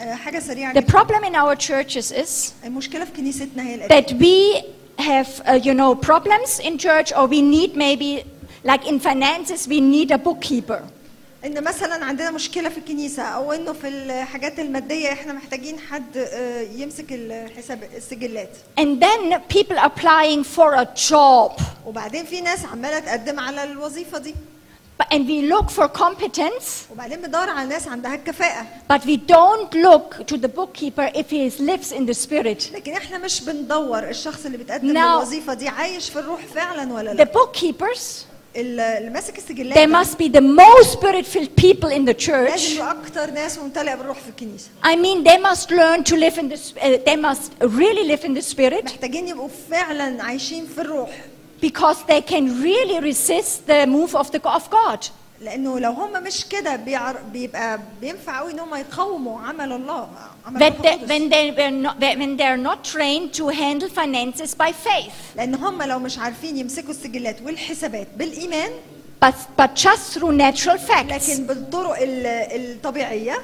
S2: آه، حاجه سريعه
S1: the
S2: جدا
S1: problem in our churches is
S2: المشكله في كنيستنا هي القديمة.
S1: that we have, uh, you know, problems in church, or we need maybe, like in finances, we need a bookkeeper.
S2: ان مثلا عندنا مشكله في الكنيسه او انه في الحاجات الماديه احنا محتاجين حد آه، يمسك الحساب السجلات
S1: And then people applying for a job,
S2: وبعدين في ناس عماله تقدم على الوظيفه دي
S1: But- and we look for competence,
S2: وبعدين بندور على ناس عندها الكفاءه
S1: but we don't look to the bookkeeper if he is- lives in the spirit.
S2: لكن احنا مش بندور الشخص اللي بتقدم
S1: No.
S2: للوظيفه دي عايش في الروح فعلا ولا
S1: The
S2: لا
S1: bookkeepers,
S2: ال- اللي ماسك السجلات
S1: they
S2: ده
S1: must be the most spirit filled people in the
S2: لازم
S1: church.
S2: يبقى اكتر ناس ممتلئه بالروح في الكنيسه
S1: I mean, they must learn to live in the, sp- uh, they must really live in the spirit
S2: محتاجين يبقوا فعلا عايشين في الروح
S1: because they can really resist the move of, the, of God.
S2: لانه لو هم مش كده بيعر... بيبقى بينفع قوي ان هم يقاوموا عمل الله عمل
S1: That
S2: الروح
S1: they, when,
S2: القدس
S1: they were not, when they're not trained to handle finances by faith,
S2: لان هم لو مش عارفين يمسكوا السجلات والحسابات بالايمان
S1: but, but just through natural facts.
S2: لكن بالطرق ال- الطبيعيه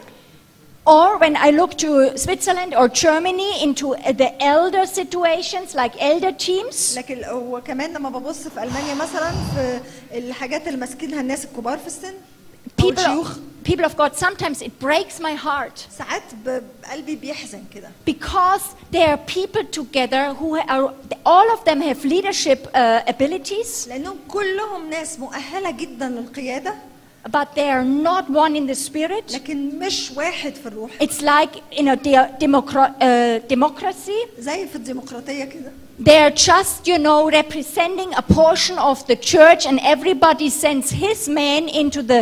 S1: Or when I look to Switzerland or Germany into uh, the elder situations, like elder teams,
S2: لكن وكمان لما ببص في المانيا مثلا في الحاجات اللي ماسكينها الناس الكبار في السن او
S1: people,
S2: الشيوخ
S1: people of God, sometimes it breaks my heart.
S2: ساعات ب- قلبي بيحزن كده
S1: Because there are people together who are, all of them have leadership uh, abilities,
S2: لانهم كلهم ناس مؤهله جدا للقياده
S1: but they are not one in the spirit.
S2: لكن مش واحد في الروح
S1: It's like in a de- democra- uh, democracy,
S2: زي في الديمقراطيه كده
S1: they are just, you know, representing a portion of the church, and everybody sends his man into the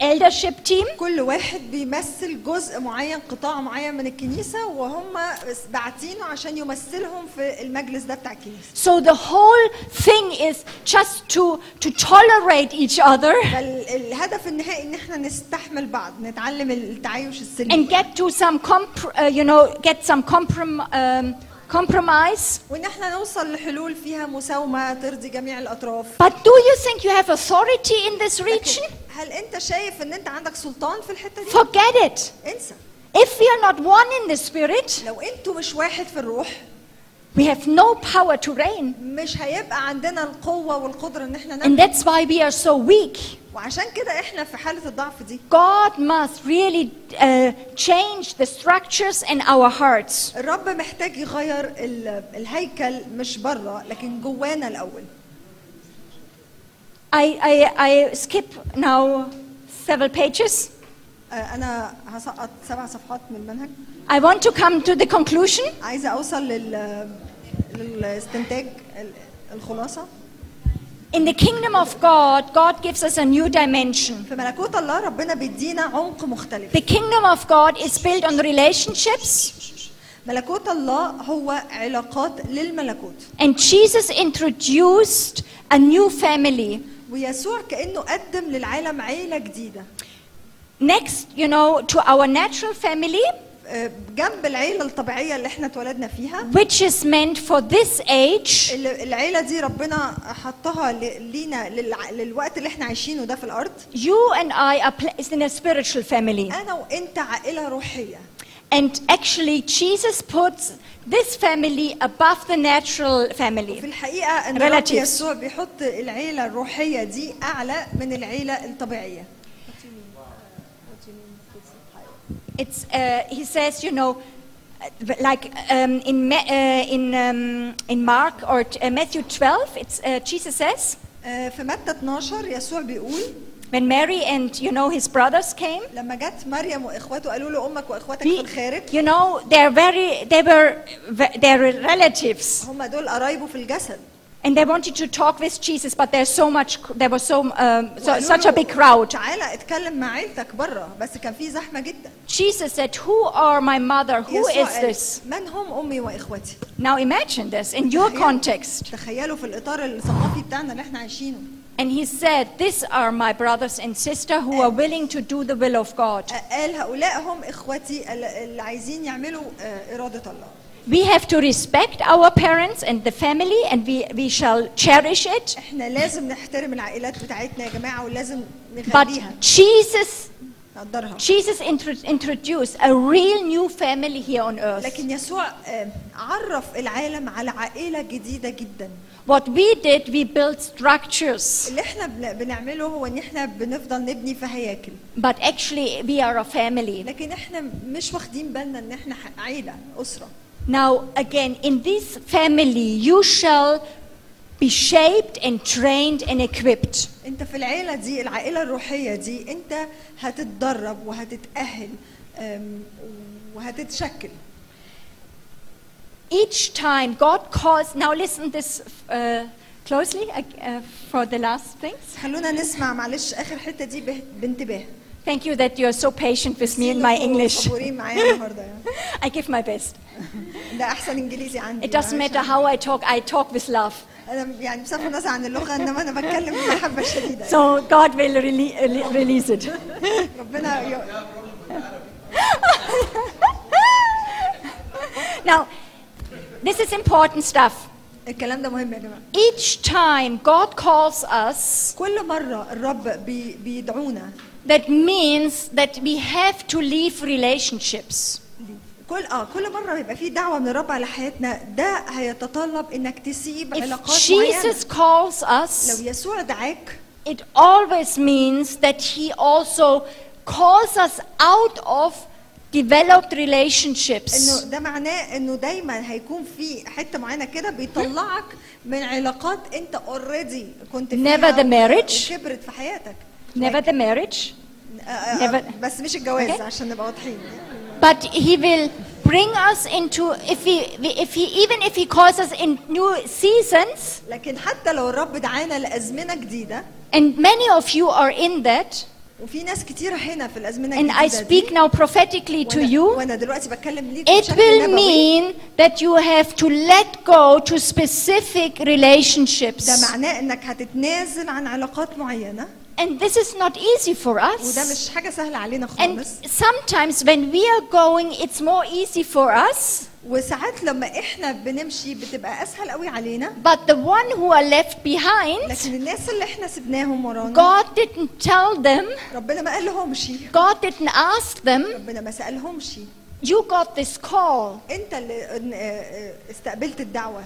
S1: eldership team.
S2: كل واحد بيمثل جزء معين قطاع معين من الكنيسه وهم باعتينه عشان يمثلهم في المجلس ده بتاع الكنيسه
S1: So the whole thing is just to, to tolerate each other
S2: فالهدف النهائي ان احنا نستحمل بعض نتعلم التعايش
S1: and
S2: السلمي
S1: get to some, comp- uh, you know, get some comprom- um, compromise.
S2: وان احنا نوصل لحلول فيها مساومه ترضي جميع الاطراف
S1: But do you think you have authority in this region?
S2: لكن هل انت شايف ان انت عندك سلطان في الحته دي
S1: Forget it.
S2: انسى
S1: If we are not one in the spirit,
S2: لو انتوا مش واحد في الروح
S1: we have no power to reign.
S2: مش هيبقى عندنا القوه والقدره ان احنا نعمل
S1: And that's why we are so weak.
S2: وعشان كده احنا في حاله الضعف دي
S1: God must really uh, change the structures in our hearts.
S2: الرب محتاج يغير ال- الهيكل مش بره لكن جوانا الاول
S1: I, I, I skip now several pages.
S2: آه، انا هسقط سبع صفحات من المنهج
S1: I want to come to the conclusion.
S2: عايزه اوصل لل للاستنتاج ال- الخلاصه
S1: In the kingdom of God, God gives us a new dimension.
S2: في ملكوت الله ربنا بيدينا عمق مختلف
S1: The kingdom of God is built on relationships,
S2: ملكوت الله هو علاقات للملكوت
S1: and Jesus introduced a new family.
S2: ويسوع كانه قدم للعالم عيله جديده
S1: Next, you know, to our natural family,
S2: آه، جنب العيله الطبيعيه اللي احنا اتولدنا فيها
S1: which is meant for this age,
S2: ال- العيله دي ربنا حطها ل- لينا للع- للوقت اللي احنا عايشينه ده في الارض
S1: you and I are placed in a spiritual family.
S2: انا وانت عائله روحيه
S1: And actually, Jesus puts this family above the natural
S2: في
S1: family.
S2: الحقيقه ان الرب
S1: Relatives.
S2: يسوع بيحط العيله الروحيه دي اعلى من العيله الطبيعيه
S1: It's, uh, he says, you know, uh, like um, in, Ma- uh, in, um, in Mark or t- uh, Matthew 12, it's, uh, Jesus says,
S2: آه، في متى 12 يسوع بيقول
S1: when Mary and, you know, his brothers came,
S2: لما جت مريم واخواته قالوا له امك واخواتك في
S1: we-
S2: الخارج
S1: you know, they're very, they were, ve- they were relatives.
S2: هم دول قرايبه في الجسد
S1: And they wanted to talk with Jesus, but there's so much, cr- there was so, um, so
S2: وقالوا
S1: such
S2: له
S1: a big crowd.
S2: تعالى اتكلم مع عيلتك بره بس كان في زحمه جدا
S1: Jesus said, who are my mother? Who
S2: يسوع
S1: is
S2: قال،
S1: this?
S2: من هم امي واخواتي
S1: Now imagine this in your context.
S2: تخيلوا في الاطار الثقافي بتاعنا اللي احنا عايشينه
S1: And he said, These are my brothers and sister who are willing to do the will of God.
S2: آه، قال هؤلاء هم اخواتي ال- اللي عايزين يعملوا آه، اراده الله
S1: We have to respect our parents and the family, and we, we shall cherish it.
S2: احنا لازم نحترم العائلات بتاعتنا يا جماعه ولازم نخليها
S1: But Jesus,
S2: نقدرها
S1: Jesus intro- introduced a real new family here on earth.
S2: لكن يسوع آه، عرف العالم على عائله جديده جدا
S1: What we did, we built structures,
S2: اللي احنا بن- بنعمله هو ان احنا بنفضل نبني في هياكل
S1: but actually, we are a family.
S2: لكن احنا مش واخدين بالنا ان احنا ح- عيله اسره
S1: Now, again, in this family, you shall be shaped and trained and equipped.
S2: انت في العيله دي العائله الروحيه دي انت هتتدرب وهتتاهل آم، وهتتشكل
S1: Each time God calls, now listen this uh, closely uh, uh, for the last things.
S2: خلونا نسمع معلش اخر حته دي به- بانتباه
S1: Thank you that you're so patient with me in my
S2: انتوا
S1: English.
S2: صبورين معايا النهارده يعني.
S1: I give my best.
S2: ده احسن انجليزي عندي
S1: It doesn't
S2: معلش.
S1: matter how I talk, I talk with love.
S2: انا يعني بصرف النظر عن اللغه انما انا بتكلم بمحبه شديده يعني.
S1: So God will rele- uh, le- release it.
S2: ربنا ي-
S1: Now, this is important stuff.
S2: الكلام ده مهم يا جماعه
S1: Each time God calls us,
S2: كل مره الرب بي بيدعونا
S1: that means that we have to leave relationships.
S2: كل اه كل مره بيبقى في دعوه من الرب على حياتنا ده هيتطلب انك تسيب
S1: If
S2: علاقات
S1: Jesus
S2: معينه
S1: calls us,
S2: لو يسوع دعاك
S1: It always means that he also calls us out of developed relationships.
S2: انه ده معناه انه دايما هيكون في حته معينه كده بيطلعك من علاقات انت اوريدي كنت فيها
S1: Never the
S2: و-
S1: marriage.
S2: وكبرت في حياتك
S1: Never the marriage,
S2: آه، آه،
S1: Never-
S2: بس مش الجواز
S1: Okay.
S2: عشان نبقى واضحين
S1: but he will bring us into if he if he even if he calls us in new seasons
S2: لكن حتى لو الرب دعانا لازمنه جديده
S1: and many of you are in that
S2: وفي ناس كتير هنا في الازمنه
S1: and I
S2: الجديده
S1: speak
S2: دي
S1: now prophetically to
S2: وأنا-
S1: you
S2: وانا دلوقتي بتكلم ليك
S1: it
S2: بشكل
S1: will
S2: نبوي.
S1: mean that you have to let go to specific
S2: ده
S1: relationships
S2: معناه انك هتتنازل عن علاقات معينه
S1: and this is not easy for us
S2: وده مش حاجه سهله علينا
S1: And
S2: خالص
S1: sometimes when we are going, it's more easy for us,
S2: وساعات لما احنا بنمشي بتبقى اسهل قوي علينا
S1: but the one who are left behind,
S2: لكن الناس اللي احنا سبناهم ورانا
S1: God didn't tell them,
S2: ربنا ما قالهمش
S1: God didn't ask them,
S2: ربنا ما سالهمش
S1: you got this call.
S2: انت اللي إن- آه، آه، استقبلت الدعوه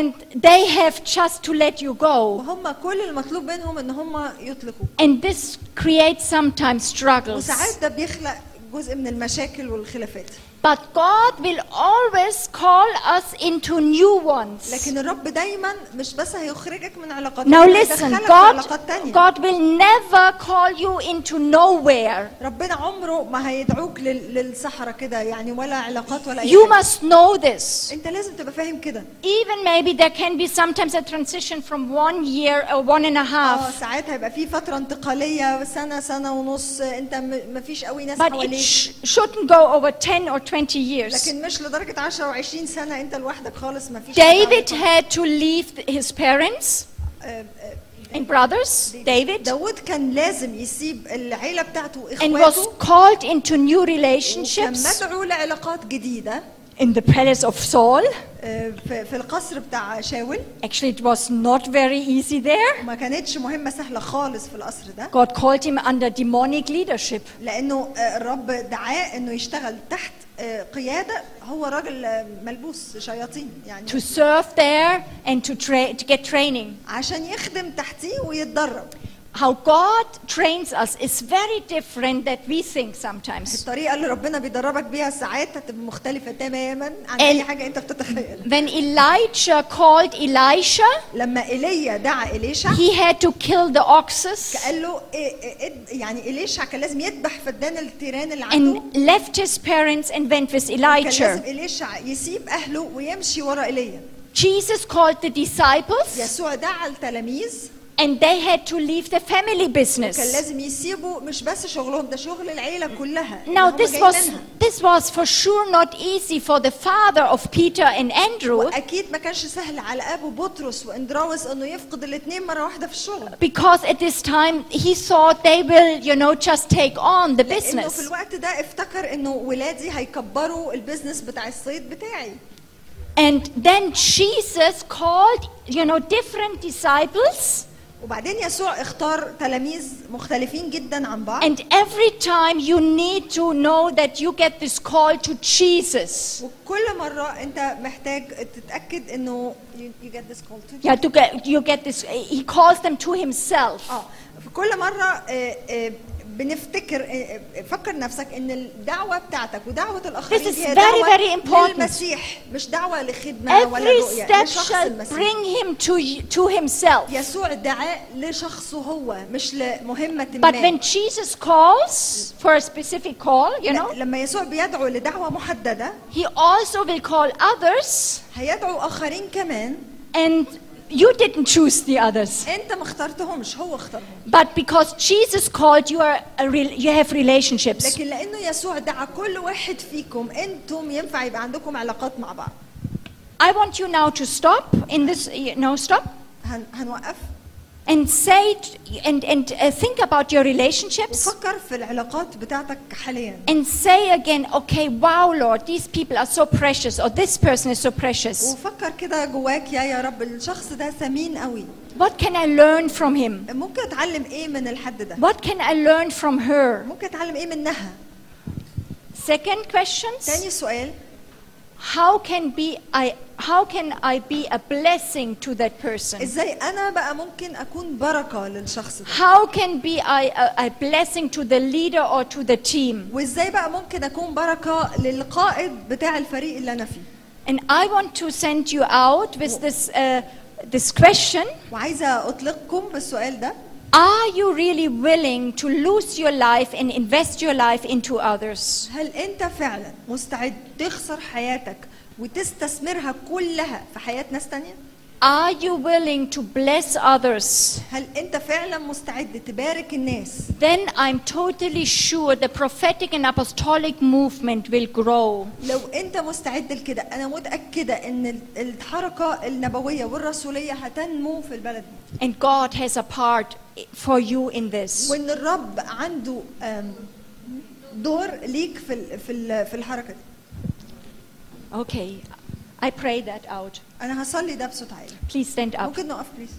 S1: And they have just to let you go.
S2: وهم كل المطلوب منهم ان هم يطلقوا
S1: And this creates sometimes struggles.
S2: وساعات ده بيخلق جزء من المشاكل والخلافات
S1: But God will always call us into new ones.
S2: لكن الرب دايما مش بس هيخرجك من علاقات
S1: Now
S2: هو
S1: listen,
S2: هيدخلك في علاقات
S1: God,
S2: تانية
S1: God will never call you into nowhere.
S2: ربنا عمره ما هيدعوك لل- للصحراء كده يعني ولا علاقات ولا اي
S1: You
S2: حاجة.
S1: must know this.
S2: انت لازم تبقى فاهم كده
S1: Even maybe there can be sometimes a transition from one year or one and a
S2: اه
S1: half.
S2: ساعات هيبقى في فتره انتقاليه سنه سنه ونص انت م- مفيش قوي ناس
S1: But it
S2: حواليك
S1: sh- shouldn't go over 10 or 20 years.
S2: لكن مش لدرجه 10 و20 سنه انت لوحدك خالص مفيش حد
S1: David
S2: عارفك.
S1: had to leave th- his parents
S2: آه، آه،
S1: and brothers, David,
S2: داود كان لازم يسيب العيله بتاعته
S1: and was
S2: واخواته
S1: called into new
S2: كان
S1: relationships
S2: مدعو لعلاقات جديده
S1: in the palace of Saul.
S2: آه، في في القصر بتاع شاول
S1: Actually, it was not very easy there.
S2: وما كانتش مهمه سهله خالص في القصر ده
S1: God called him under demonic leadership.
S2: لانه آه، الرب دعاه انه يشتغل تحت آه، قياده هو راجل آه، ملبوس شياطين يعني
S1: to serve there and to, tra- to get training.
S2: عشان يخدم تحتيه ويتدرب
S1: How God trains us is very different that we think sometimes.
S2: الطريقه اللي ربنا بيدربك بيها ساعات هتبقى مختلفه تماما عن
S1: ال-
S2: اي حاجه انت بتتخيلها
S1: When Elijah called Elisha,
S2: لما ايليا دعا اليشع
S1: he had to kill the oxes
S2: قال له إيه إيه إد- يعني اليشع كان لازم يذبح فدان التيران اللي عنده
S1: and left his parents and went with
S2: كان لازم
S1: Elijah.
S2: اليشع يسيب اهله ويمشي ورا ايليا
S1: Jesus called the disciples
S2: يسوع دعا التلاميذ
S1: and they had to leave the family
S2: كان
S1: business.
S2: لازم يسيبوا مش بس شغلهم ده شغل العيله كلها اللي
S1: Now
S2: هم
S1: this
S2: جايين
S1: was
S2: منها.
S1: this was for sure not easy for the father of Peter and Andrew
S2: واكيد ما كانش سهل على ابو بطرس واندراوس انه يفقد الاثنين مره واحده في الشغل
S1: Because at this time he thought they will, you know, just take on the
S2: لانه في
S1: business.
S2: الوقت ده افتكر انه ولادي هيكبروا البيزنس بتاع الصيد بتاعي
S1: And then Jesus called, you know, different disciples,
S2: وبعدين يسوع اختار تلاميذ مختلفين جدا عن بعض
S1: and every time you need to know that you get this call to Jesus.
S2: وكل مره انت محتاج تتاكد انه you, you get this call to
S1: Yeah, to get you get this. He calls them to himself.
S2: اه في كل مره آه، آه، بنفتكر آه، آه، فكر نفسك ان الدعوه بتاعتك ودعوه الاخرين
S1: This is
S2: هي
S1: very,
S2: دعوه
S1: very important.
S2: للمسيح مش دعوه لخدمه ولا
S1: Every
S2: رؤيه
S1: step
S2: لشخص
S1: shall
S2: المسيح
S1: bring him to y- to himself.
S2: يسوع دعاه لشخصه هو مش لمهمه ما
S1: But when Jesus calls for a specific call, you know,
S2: لما يسوع بيدعو لدعوه محدده
S1: he also will call others.
S2: هيدعو اخرين كمان
S1: And you didn't choose the others.
S2: انت ما اخترتهمش هو اختارهم
S1: But because Jesus called, you, are a re- you have relationships.
S2: لكن لانه يسوع دعا كل واحد فيكم انتم ينفع يبقى عندكم علاقات مع بعض
S1: I want you now to stop in this, you know, stop
S2: هن... هنوقف
S1: and say, t- and, and uh, think about your relationships
S2: وفكر في العلاقات بتاعتك حاليا
S1: and say again, okay, wow, Lord, these people are so precious, or this person is so precious.
S2: وفكر كده جواك يا يا رب الشخص ده ثمين قوي
S1: What can I learn from him?
S2: ممكن اتعلم ايه من الحد ده
S1: What can I learn from her?
S2: ممكن اتعلم ايه منها
S1: Second questions:
S2: تاني سؤال
S1: How can be I? How can I be a blessing to that person?
S2: ازاي انا بقى ممكن اكون بركه للشخص ده
S1: How can be I a, a blessing to the leader or to the team?
S2: وازاي بقى ممكن اكون بركه للقائد بتاع الفريق اللي انا فيه
S1: And I want to send you out with this uh, this question:
S2: وعايزه اطلقكم بالسؤال ده
S1: Are you really willing to lose your life and invest your life into others?
S2: هل انت فعلا مستعد تخسر حياتك وتستثمرها كلها في حياه ناس تانية
S1: Are you willing to bless others?
S2: هل انت فعلا مستعد تبارك الناس
S1: Then I'm totally sure the prophetic and apostolic movement will grow.
S2: لو انت مستعد لكده انا متاكده ان ال- الحركه النبويه والرسوليه هتنمو في البلد دي.
S1: And God has a part for you in this.
S2: وان الرب عنده آم، دور ليك في ال- في ال- في الحركه دي
S1: Okay, I pray that out.
S2: انا هصلي ده بصوت عالي
S1: Please stand up.
S2: ممكن نقف بليز